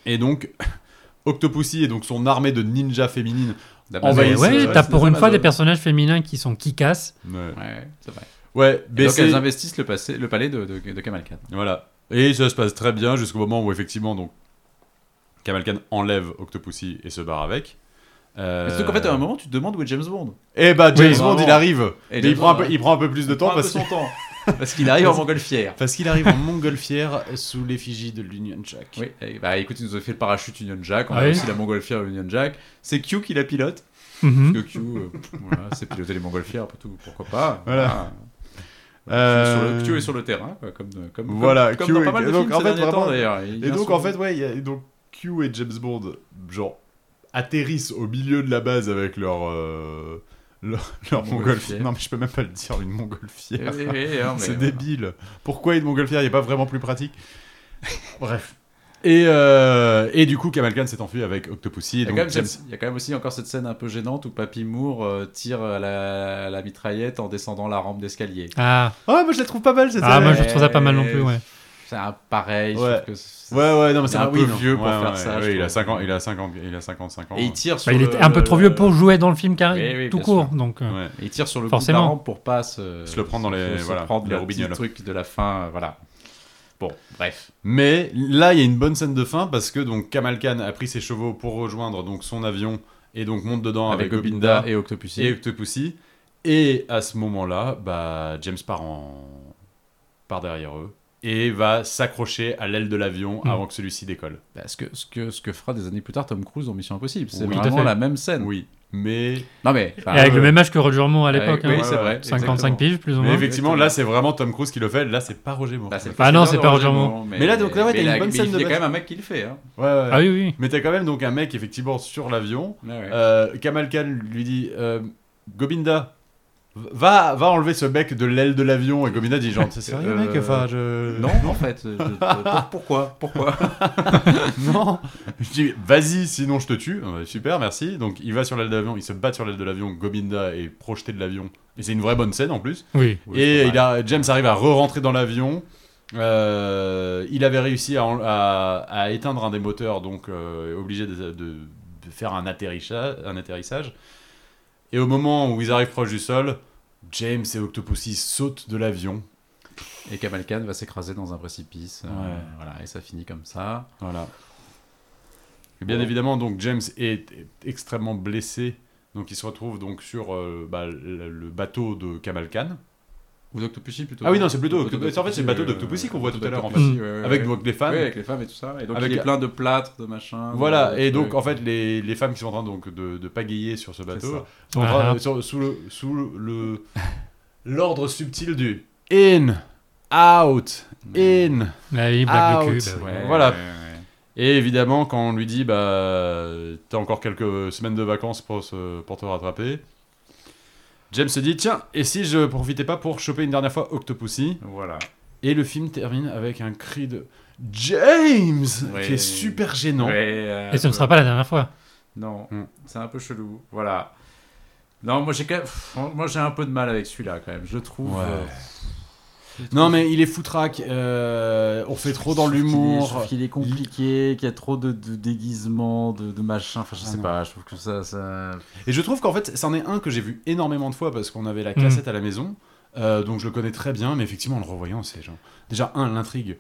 Et donc, Octopussy et donc son armée de ninjas féminines D'Amazon. Ah, Mais Envahisseur, ouais, ouais, t'as c'est pour une fois Amazon. des personnages féminins qui sont qui cassent. Ouais, c'est vrai. Ouais, Et donc baisser. elles investissent le, passé, le palais de, de, de Kamal Khan. Voilà. Et ça se passe très bien jusqu'au moment où effectivement donc Kamal Khan enlève Octopussy et se barre avec. Euh... Parce qu'en fait, à un moment, tu te demandes où est James Bond. Eh bah James Oui, Bond vraiment. il arrive. Et Mais James il, prend un Bond, peu, il prend un peu plus de temps Prends un peu parce que- son temps. Parce qu'il arrive en montgolfière. parce qu'il arrive en montgolfière sous l'effigie de l'Union Jack. Oui, et bah écoute, ils nous ont fait le parachute Union Jack, on Ah a oui aussi la montgolfière Union Jack. C'est Q qui la pilote. Hmm. Mhm. Parce que Q, euh, pff, voilà, c'est piloter les montgolfières, après tout, pourquoi pas. Voilà. Voilà. Q, Euh, sur le, Q est sur le terrain, quoi, comme, comme- comme, Voilà, comme Q dans est- pas mal de donc, films en ces fait, derniers temps vraiment- d'ailleurs. Il Et vient donc sur- en fait ouais, il y a- et donc Q et James Bond genre atterrissent au milieu de la base avec leur euh, leur, leur Montgolfière. montgolfière. Non mais je peux même pas le dire une montgolfière. Eh, eh, eh, hein, mais C'est voilà. débile. Pourquoi une montgolfière Il n'y a pas vraiment plus pratique. Bref. Et, euh, et du coup, Kamal Khan s'est enfui avec Octopussy. Il y, a donc quand même James- cette- il y a quand même aussi encore cette scène un peu gênante où Papy Moore euh, tire à la, à la mitraillette en descendant la rampe d'escalier. Ah, Ah, moi je la trouve pas mal cette ah, scène. moi je trouve ça pas mal non plus, ouais. C'est un pareil, je Ouais. trouve que c'est- Ouais, ouais, non, mais c'est Ah Il est un peu pas- oui, non. vieux pour Ouais, faire ouais, ça, ouais, je il, a trouve. 50, il a 50, il a 55 ans. Et il tire sur Bah, il le- était un peu trop vieux pour jouer dans le film carré, Oui, oui, tout bien court. sûr. Donc, euh, Ouais. Et il tire sur le bout de Forcément. la rampe pour pas se, Se le prendre dans les- se voilà, prendre les le petit roubignoles. truc de la fin, euh, voilà. Bon, bref. Mais là, il y a une bonne scène de fin parce que donc Kamal Khan a pris ses chevaux pour rejoindre donc son avion et donc monte dedans avec, Avec Gobinda Gobinda et Octopussy. et Octopussy. Et à ce moment-là, bah, James part, en... part derrière eux et va s'accrocher à l'aile de l'avion Hmm. Mm. avant que celui-ci décolle. Bah, ce que ce que ce que fera des années plus tard Tom Cruise dans Mission Impossible, c'est Oui, tout à vraiment fait. la même scène. Oui, Euh, mais, Non mais et avec enfin, le même âge que Roger Moore à avec- l'époque. Bah, Ah, oui, hein. ouais, c'est ouais. vrai. 55 exactement. piges, plus ou mais moins. effectivement, là c'est vraiment Tom Cruise qui le fait, là c'est pas Roger Moore. Bah, c'est le Bah non, précédent c'est de pas Roger Roger Moore, Mais là, donc, là, ouais, mais t'as une là, bonne mais scène de Il y a quand bataille. même un mec qui le fait. Hein. Ouais, ouais. Ah oui, oui. Mais t'as quand même donc un mec effectivement sur l'avion. Ah, Euh, Kamal Khan lui dit euh, Gobinda, va, va enlever ce mec de l'aile de l'avion. Et Gobinda dit genre, c'est sérieux Euh, mec enfin, je... Non, en fait, je- je- pourquoi, pourquoi Non Je dis, vas-y, sinon je te tue. Euh, super, merci. Donc il va sur l'aile de l'avion, il se bat sur l'aile de l'avion, Gobinda est projeté de l'avion. Et c'est une vraie bonne scène en plus. Oui. et il a, James arrive à re-rentrer dans l'avion. Euh, il avait réussi à, en- à- à éteindre un des moteurs, donc euh, obligé de, de- de faire un atterrissage, un atterrissage. Et au moment où ils arrivent proche du sol, James et Octopussy sautent de l'avion. Et Kamal Khan va s'écraser dans un précipice. euh, Ouais. voilà, et ça finit comme ça. Voilà. Bien Bon. évidemment, donc James est, est extrêmement blessé, donc il se retrouve donc sur euh, bah, le, le bateau de Kamal Khan, Ou d'Octopussy plutôt. Ah oui, non, c'est plutôt Le Octopussy. En fait, c'est le bateau euh, d'Octopussy qu'on voit tout à l'heure, en fait. d'Octopussy, ouais, ouais, avec ouais. euh, donc les femmes. Oui, avec les femmes et tout ça. Et donc Avec il est la- plein de plâtre, de machin. Voilà, de- et de- donc en fait les, les femmes qui sont en train donc de, de pagayer sur ce bateau ça. sont en train- Ah. sur- sous le sous le- le l'ordre subtil du in Mm. out in Bah oui, blague de cul. Out. bah oui. Ouais, Voilà. ouais, ouais. Et évidemment, quand on lui dit, bah, t'as encore quelques semaines de vacances pour, se- pour te rattraper, James se dit, tiens, et si je profitais pas pour choper une dernière fois Octopussy Voilà. Et le film termine avec un cri de James Ouais. qui est super gênant. Ouais, euh, Et ce ne sera pas la dernière fois. Non, Hmm. c'est un peu chelou. Voilà. Non, moi j'ai quand même- pff, moi j'ai un peu de mal avec celui-là quand même. Je le trouve. Ouais. euh, Non, mais il est foutraque, euh, on fait trop dans je trouve qu'il est- Je l'humour. trouve qu'il est compliqué, qu'il y a trop de, de déguisements, de, de machins. Enfin, je Ah sais non. pas. Je trouve que ça, ça. Et je trouve qu'en fait, c'en est un que j'ai vu énormément de fois parce qu'on avait la Mm. cassette à la maison. Euh, donc je le connais très bien, mais effectivement, en le revoyant, c'est genre. Déjà, un, l'intrigue.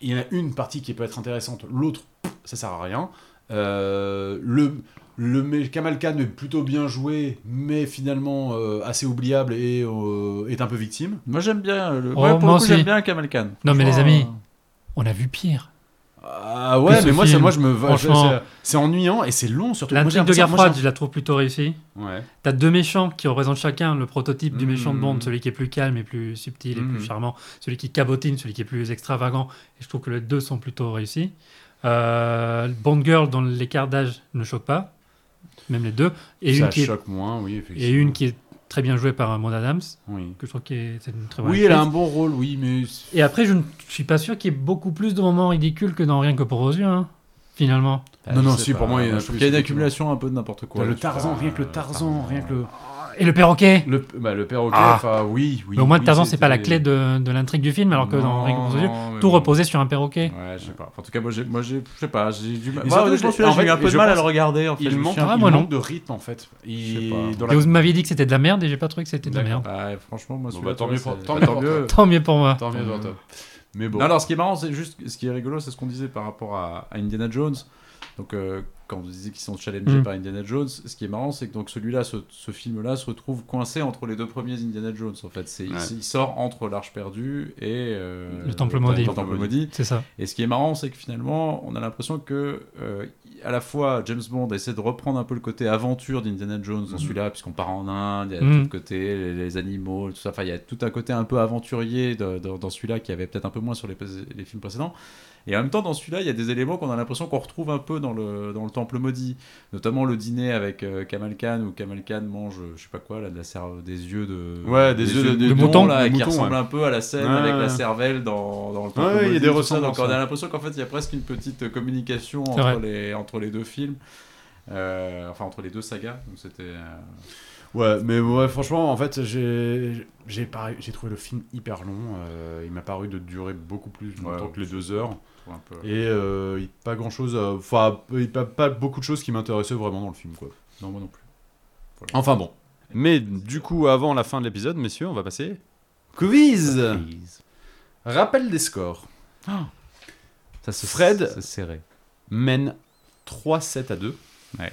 Il y en a une partie qui peut être intéressante, l'autre, pff, ça sert à rien. Euh, le. Le mé- Kamal Khan est plutôt bien joué, mais finalement euh, assez oubliable et euh, est un peu victime. Moi j'aime bien. euh, Le... Oh, ouais, pour le moi coup, aussi. j'aime bien Kamal Khan. Non, mais les Franchement, amis. euh, On a vu pire. Ah ouais, Que ce mais moi, ça, film, moi je me. franchement. c'est- C'est ennuyant et c'est long surtout. Moi, j'ai L'intrigue de guerre l'impression- moi, froide, je la trouve plutôt réussie. j'ai- Ouais. T'as deux méchants qui représentent chacun le prototype du méchant de Mhm. Bond, celui qui est plus calme et plus subtil et Mhm. plus charmant, celui qui cabotine, celui qui est plus extravagant. Et je trouve que les deux sont plutôt réussis. Euh, Bond Girl, dont l'écart d'âge ne choque pas, même les deux. Et, ça une qui, est, choque moins, oui, effectivement. et une qui est très bien jouée par Amanda Adams, Oui, que je trouve que c'est une très bonne oui elle a un actrice. bon rôle, oui, mais. Et après, je ne suis pas sûr qu'il y ait beaucoup plus de moments ridicules que dans Rien que pour vos yeux, hein, finalement. Bah, Non, je non, sais si, pas. pour moi, il y en a je trouve plus, qu'il y a une effectivement. accumulation un peu de n'importe quoi. Bah, le Je sais Tarzan, pas, rien que le euh, Tarzan, rien que le. Et le perroquet Le, bah, le perroquet, Ah. enfin, oui, oui. Mais au moins, de oui, temps en temps, c'est pas la c'était- clé de, de l'intrigue du film, alors que dans Règlement Non, des yeux, non, mais tout bon. reposait sur un perroquet. Ouais, je sais pas. Enfin, en tout cas, moi, j'ai, moi, j'ai- je sais pas, j'ai du mal. Mais Moi, surtout, honnêtement, je- celui-là, en j'ai eu fait, un peu je de mal à pense le regarder. En fait, je Il me manque, souviens- Ah, il moi, non. manque de rythme en fait. Il- Je sais pas. dans la- Et vous m'aviez dit que c'était de la merde et j'ai pas trouvé que c'était de la merde. Ouais, franchement, moi, Bon, celui-là, bah, tant tu mieux vois, pour- c'est- tant bah, mieux tant pour mieux. Tant mieux pour moi. Tant mieux, tant mieux. Mais bon. Non, alors, ce qui est marrant, c'est juste ce qui est rigolo, c'est ce qu'on disait par rapport à, à Indiana Jones. Donc, euh, quand vous disiez qu'ils sont challengés Mm. par Indiana Jones, ce qui est marrant, c'est que donc celui-là, ce, ce film-là, se retrouve coincé entre les deux premiers Indiana Jones. En fait, c'est, il- Ouais. il, sort entre l'Arche perdue et euh, Le Temple maudit. Le Temple maudit. C'est ça. Et ce qui est marrant, c'est que finalement, on a l'impression que, euh, à la fois, James Bond essaie de reprendre un peu le côté aventure d'Indiana Jones Mhm. dans celui-là, puisqu'on part en Inde, il y a Mhm. tout le côté, les, les animaux, tout ça. Enfin, il y a tout un côté un peu aventurier de- dans- dans celui-là qui avait peut-être un peu moins sur les, les films précédents. Et en même temps, dans celui-là, il y a des éléments qu'on a l'impression qu'on retrouve un peu dans le, dans le Temple Maudit. Notamment le dîner avec euh, Kamal Khan, où Kamal Khan mange, euh, je sais pas quoi, là, de la cerve- des yeux de. Ouais, des yeux de- de- de mouton. là, de qui mouton, ressemble ouais. un peu à la scène Ouais, avec ouais. la cervelle dans, dans le Temple Ouais, ouais, il y a Maudit, des tout ça. ressemblances, Donc on ouais. a l'impression qu'en fait, il y a presque une petite communication C'est entre les, entre les deux films. Euh, enfin, entre les deux sagas. Donc c'était. euh, Ouais, mais ouais, franchement, en fait, j'ai j'ai pas- j'ai trouvé le film hyper long. euh, il m'a paru de durer beaucoup plus longtemps Ouais. que les deux heures. pour un peu... Et euh, il- pas grand chose. Enfin, il pas, pas beaucoup de choses qui m'intéressaient vraiment dans le film, quoi. Non, moi non plus. Enfin bon. Mais du coup, avant la fin de l'épisode, messieurs, on va passer. Quiz Rappel des scores. Ça se Fred- se serrait. Mène 3-7 à 2. Ouais.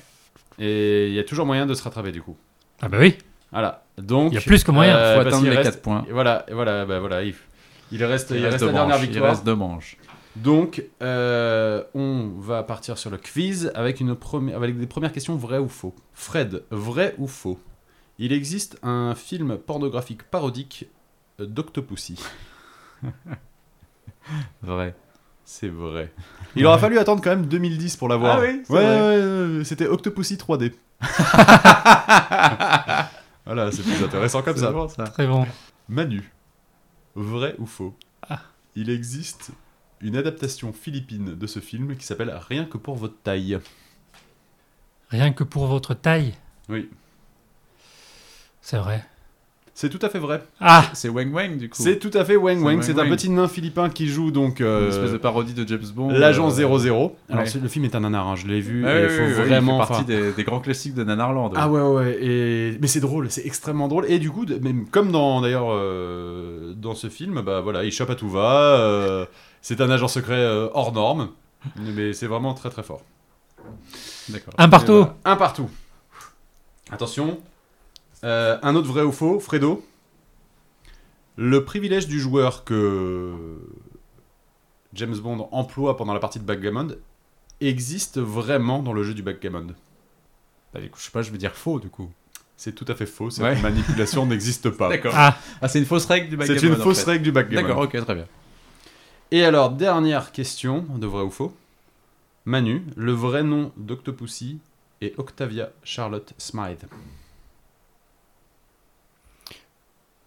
Et il y a toujours moyen de se rattraper du coup. Ah bah oui, Voilà. Donc. il y a plus que moyen. Euh, Faut parce atteindre qu'il les reste- 4 points. Et Voilà, et voilà, bah voilà, il, il reste, il reste deux la dernière manches, il victoire. reste deux manches. Donc, euh, on va partir sur le quiz avec, une première, avec des premières questions vraies ou faux. Fred, vrai ou faux Il existe un film pornographique parodique euh, d'Octopussy. Vrai. C'est vrai. Il aura fallu attendre quand même 2010 pour l'avoir. Ah oui, c'est Ouais, vrai. ouais, ouais, c'était Octopussy 3D. voilà, c'est plus intéressant comme ça. Très bon. Manu, vrai ou faux Ah. Il existe une adaptation philippine de ce film qui s'appelle Rien que pour votre taille. Rien que pour votre taille. Oui. C'est vrai. C'est tout à fait vrai. Ah C'est Wang Wang du coup. C'est tout à fait Wang C'est Wang. Wang C'est un Wang. petit nain philippin qui joue donc euh, une espèce de parodie de James Bond. l'agent euh, 00. Alors ouais. c'est- le film est un nanar, hein, je l'ai vu. Ouais, et ouais, faut ouais, ouais, vraiment. il fait enfin, partie des, des grands classiques de Nanarland. Ah ouais ouais, ouais, et... mais c'est drôle, c'est extrêmement drôle et du coup de- même comme dans d'ailleurs euh, dans ce film bah voilà il chope à tout va, euh, c'est un agent secret euh, hors norme mais c'est vraiment très très fort. D'accord. Un partout. Et voilà, Un partout. Attention. Euh, un autre vrai ou faux, Fredo. Le privilège du joueur que James Bond emploie pendant la partie de Backgammon existe vraiment dans le jeu du Backgammon. Bah, du coup, je sais pas, je veux dire faux du coup. C'est tout à fait faux, cette Ouais. manipulation n'existe pas. D'accord. Ah Ah, c'est une fausse règle du C'est backgammon. une en fausse fait. règle du Backgammon. D'accord, ok, très bien. Et alors, dernière question, de vrai ou faux. Manu, le vrai nom d'Octopussy est Octavia Charlotte Smythe.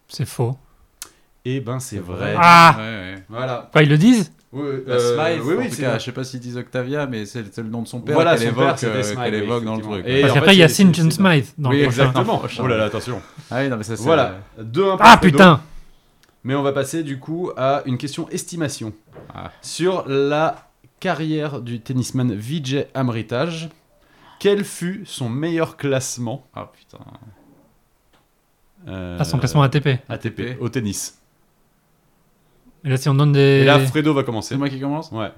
C'est faux. Eh ben, c'est vrai. Ah Ouais, ouais. Voilà. Quoi, ils le disent Euh, Oui, La Smythe, en tout cas, je sais pas s'ils disent Octavia, mais c'est c'est le nom de son père Voilà, qu'elle son évoque, père, c'était euh, Smythe, qu'elle oui, évoque dans le truc. effectivement. ouais. Et Parce en qu'après, fait, il y a c'est- Sin Jin c'est- Smythe dans Oui, le prochain. exactement. prochain. Oh là là, attention. Ah oui, non, mais ça c'est. Voilà. Deux un pour Ah Fredo. putain Mais on va passer du coup à une question estimation Ah. sur la carrière du tennisman Vijay Amritaj. Quel fut son meilleur classement Ah putain. euh, Ah, son classement ATP. Et ATP au tennis là, si on donne des. Et là, Fredo va commencer. C'est moi qui commence Ouais.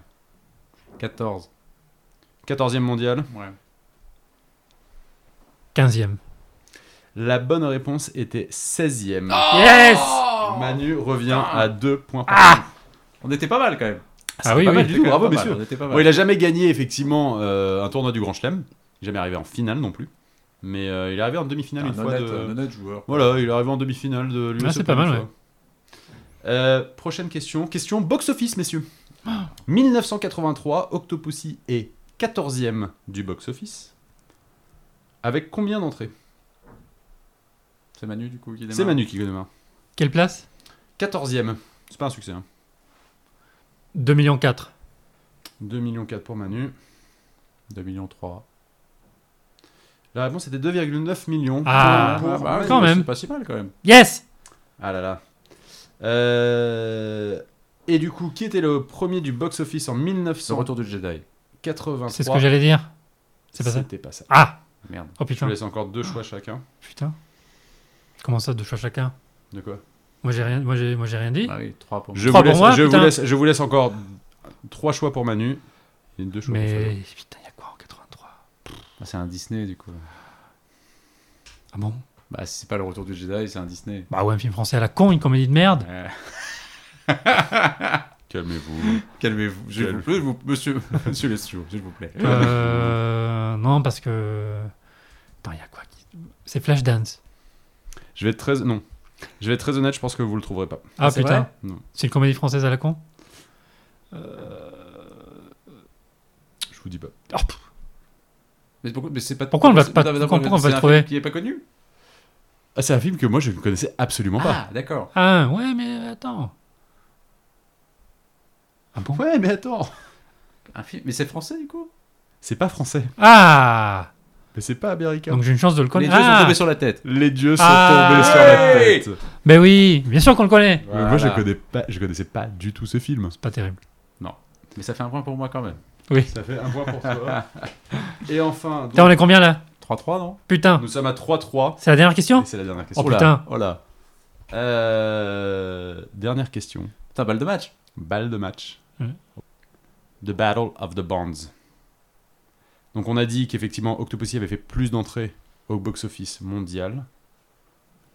14. 14e mondial. Ouais. 15e. La bonne réponse était 16e. yes Manu revient Oh Putain. à deux points par Ah On était pas mal quand même. Ah oui, pas mal oui. On du était tout, quand bravo, même pas mal, messieurs. On était pas Bon, il mal. a jamais gagné effectivement euh, un tournoi du Grand Chelem, jamais arrivé en finale non plus, mais euh, il est arrivé en demi-finale Un une fois. Ah, honnête- de- un honnête euh, joueur. Voilà, il est arrivé en demi-finale de l'US Ah, c'est pas mal, ouais. Euh, prochaine question, question box-office, messieurs. Oh. 1983, Octopussy est 14e du box-office. Avec combien d'entrées C'est Manu du coup qui démarre. C'est Manu qui démarre. Quelle place 14e, c'est pas un succès. hein. 2 millions 4. 2 millions 4 pour Manu. 2 millions 3. La réponse était 2,9 millions. Ah. Pour- bah, Quand ouais, même. C'est pas si mal quand même. Yes Ah là là. Euh, Et du coup, qui était le premier du box-office en Le retour du Jedi. 1983 C'est ce que j'allais dire. C'est pas ça C'était pas ça. Ah Merde. Oh Je vous putain. laisse encore deux choix chacun. Putain. Comment ça, deux choix chacun De quoi Moi j'ai rien, moi j'ai, moi j'ai rien dit. Ah oui, 3 pour moi. Je, vous Trois pour laisse, moi, je, vous putain. laisse, je vous laisse encore trois choix pour Manu. Et deux choix pour mais Fabien. putain, il y a quoi en 83 Ah, c'est un Disney du coup. Ah bon Bah, si c'est pas le retour du Jedi, c'est un Disney. Bah ouais, un film français à la con, une comédie de merde. Euh, Calmez-vous. Calmez-vous. Je vous, Calme. je vous- monsieur, monsieur Lestiot, s'il vous plaît. Euh, non, parce que. Attends, il y a quoi qui... C'est Flashdance. Je vais être très... Non. Je vais être très honnête, je pense que vous le trouverez pas. Ah, c'est putain. vrai Non. C'est une comédie française à la con Je vous dis pas. Oh, pff. Mais pourquoi, mais c'est pas, Pourquoi on va c'est- pas- non, mais pourquoi- non, pourquoi on va c'est le un trouver film Qui est pas connu Ah, c'est un film que moi, je ne connaissais absolument pas. Ah, d'accord. Ah, ouais, mais attends. Ah bon Ouais, mais attends Un film, mais c'est français du coup C'est pas français. Ah Mais c'est pas américain. Donc j'ai une chance de le Les connaître. dieux sont Ah tombés sur la tête. Les dieux sont Ah. tombés sur la tête. Ben oui, bien sûr qu'on le connaît Mais Moi, je Voilà. connais pas, je connaissais pas du tout ce film. C'est pas terrible. Mais ça fait un point pour moi quand même. Ça fait un point pour toi. Et enfin, donc, Putain, on est combien là 3-3, non Putain nous sommes à 3-3. C'est la dernière question Et c'est la dernière question. Oh putain Oh là. Euh, dernière question. Putain, balle de match. Balle de match. Ouais. The Battle of the Bonds. Donc on a dit qu'effectivement Octopussy avait fait plus d'entrées au box-office mondial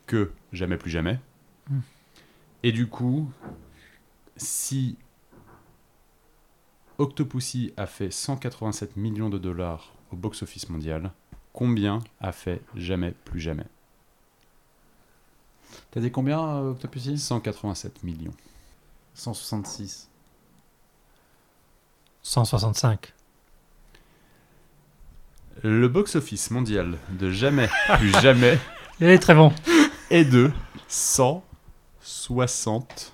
que Jamais plus jamais. Hmm. Et du coup, si Octopussy a fait 187 millions de dollars au box-office mondial, combien a fait Jamais plus jamais T'as dit combien, euh, Octopussy 187 millions. 166. 165. Le box-office mondial de Jamais plus jamais Il est très bon. est de 160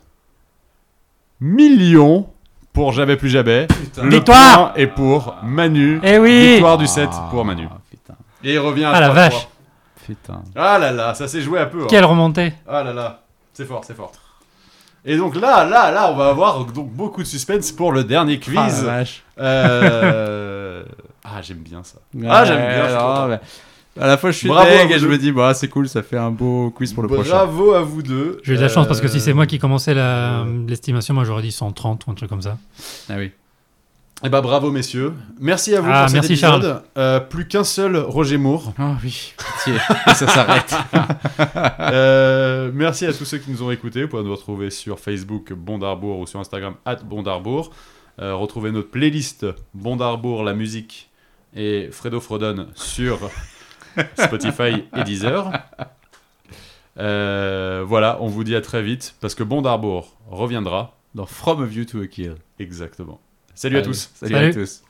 millions pour Jamais plus jamais. Le Victoire point est pour Manu. Eh oui Victoire du 7 pour Manu. Ah, putain. Et il revient à Ah la 3-3. vache Putain. Ah là là, ça s'est joué un peu. hein. Quelle remontée Ah là là, c'est fort, c'est fort. Et donc là, là, là, on va avoir donc beaucoup de suspense pour le dernier quiz. Ah, la vache. Euh, ah j'aime bien ça. Ah, j'aime bien, je Ouais, suis content. non, mais À la fois, je suis Bravo à deg vous et je deux. me dis, bah, c'est cool, ça fait un beau quiz pour le prochain. Bravo à vous deux. J'ai eu de la chance parce que si c'est moi qui commençais la- euh, l'estimation, moi j'aurais dit 130 ou un truc comme ça. Ah oui. Eh ben bravo messieurs. Merci à vous Ah, pour cet merci, épisode. Euh, plus qu'un seul Roger Moore. Ah oui. Pitié. ça s'arrête. Euh, merci à tous ceux qui nous ont écoutés. Vous pouvez nous retrouver sur Facebook Bondarbourg ou sur Instagram at Bondarbourg. Euh, retrouvez notre playlist Bondarbourg la musique et Fredo Frodon sur Spotify et Deezer. Euh, voilà, on vous dit à très vite parce que Bondarbourg reviendra. Dans From a View to a Kill. Exactement. Salut à Allez, tous. Salut, Salut. à tous.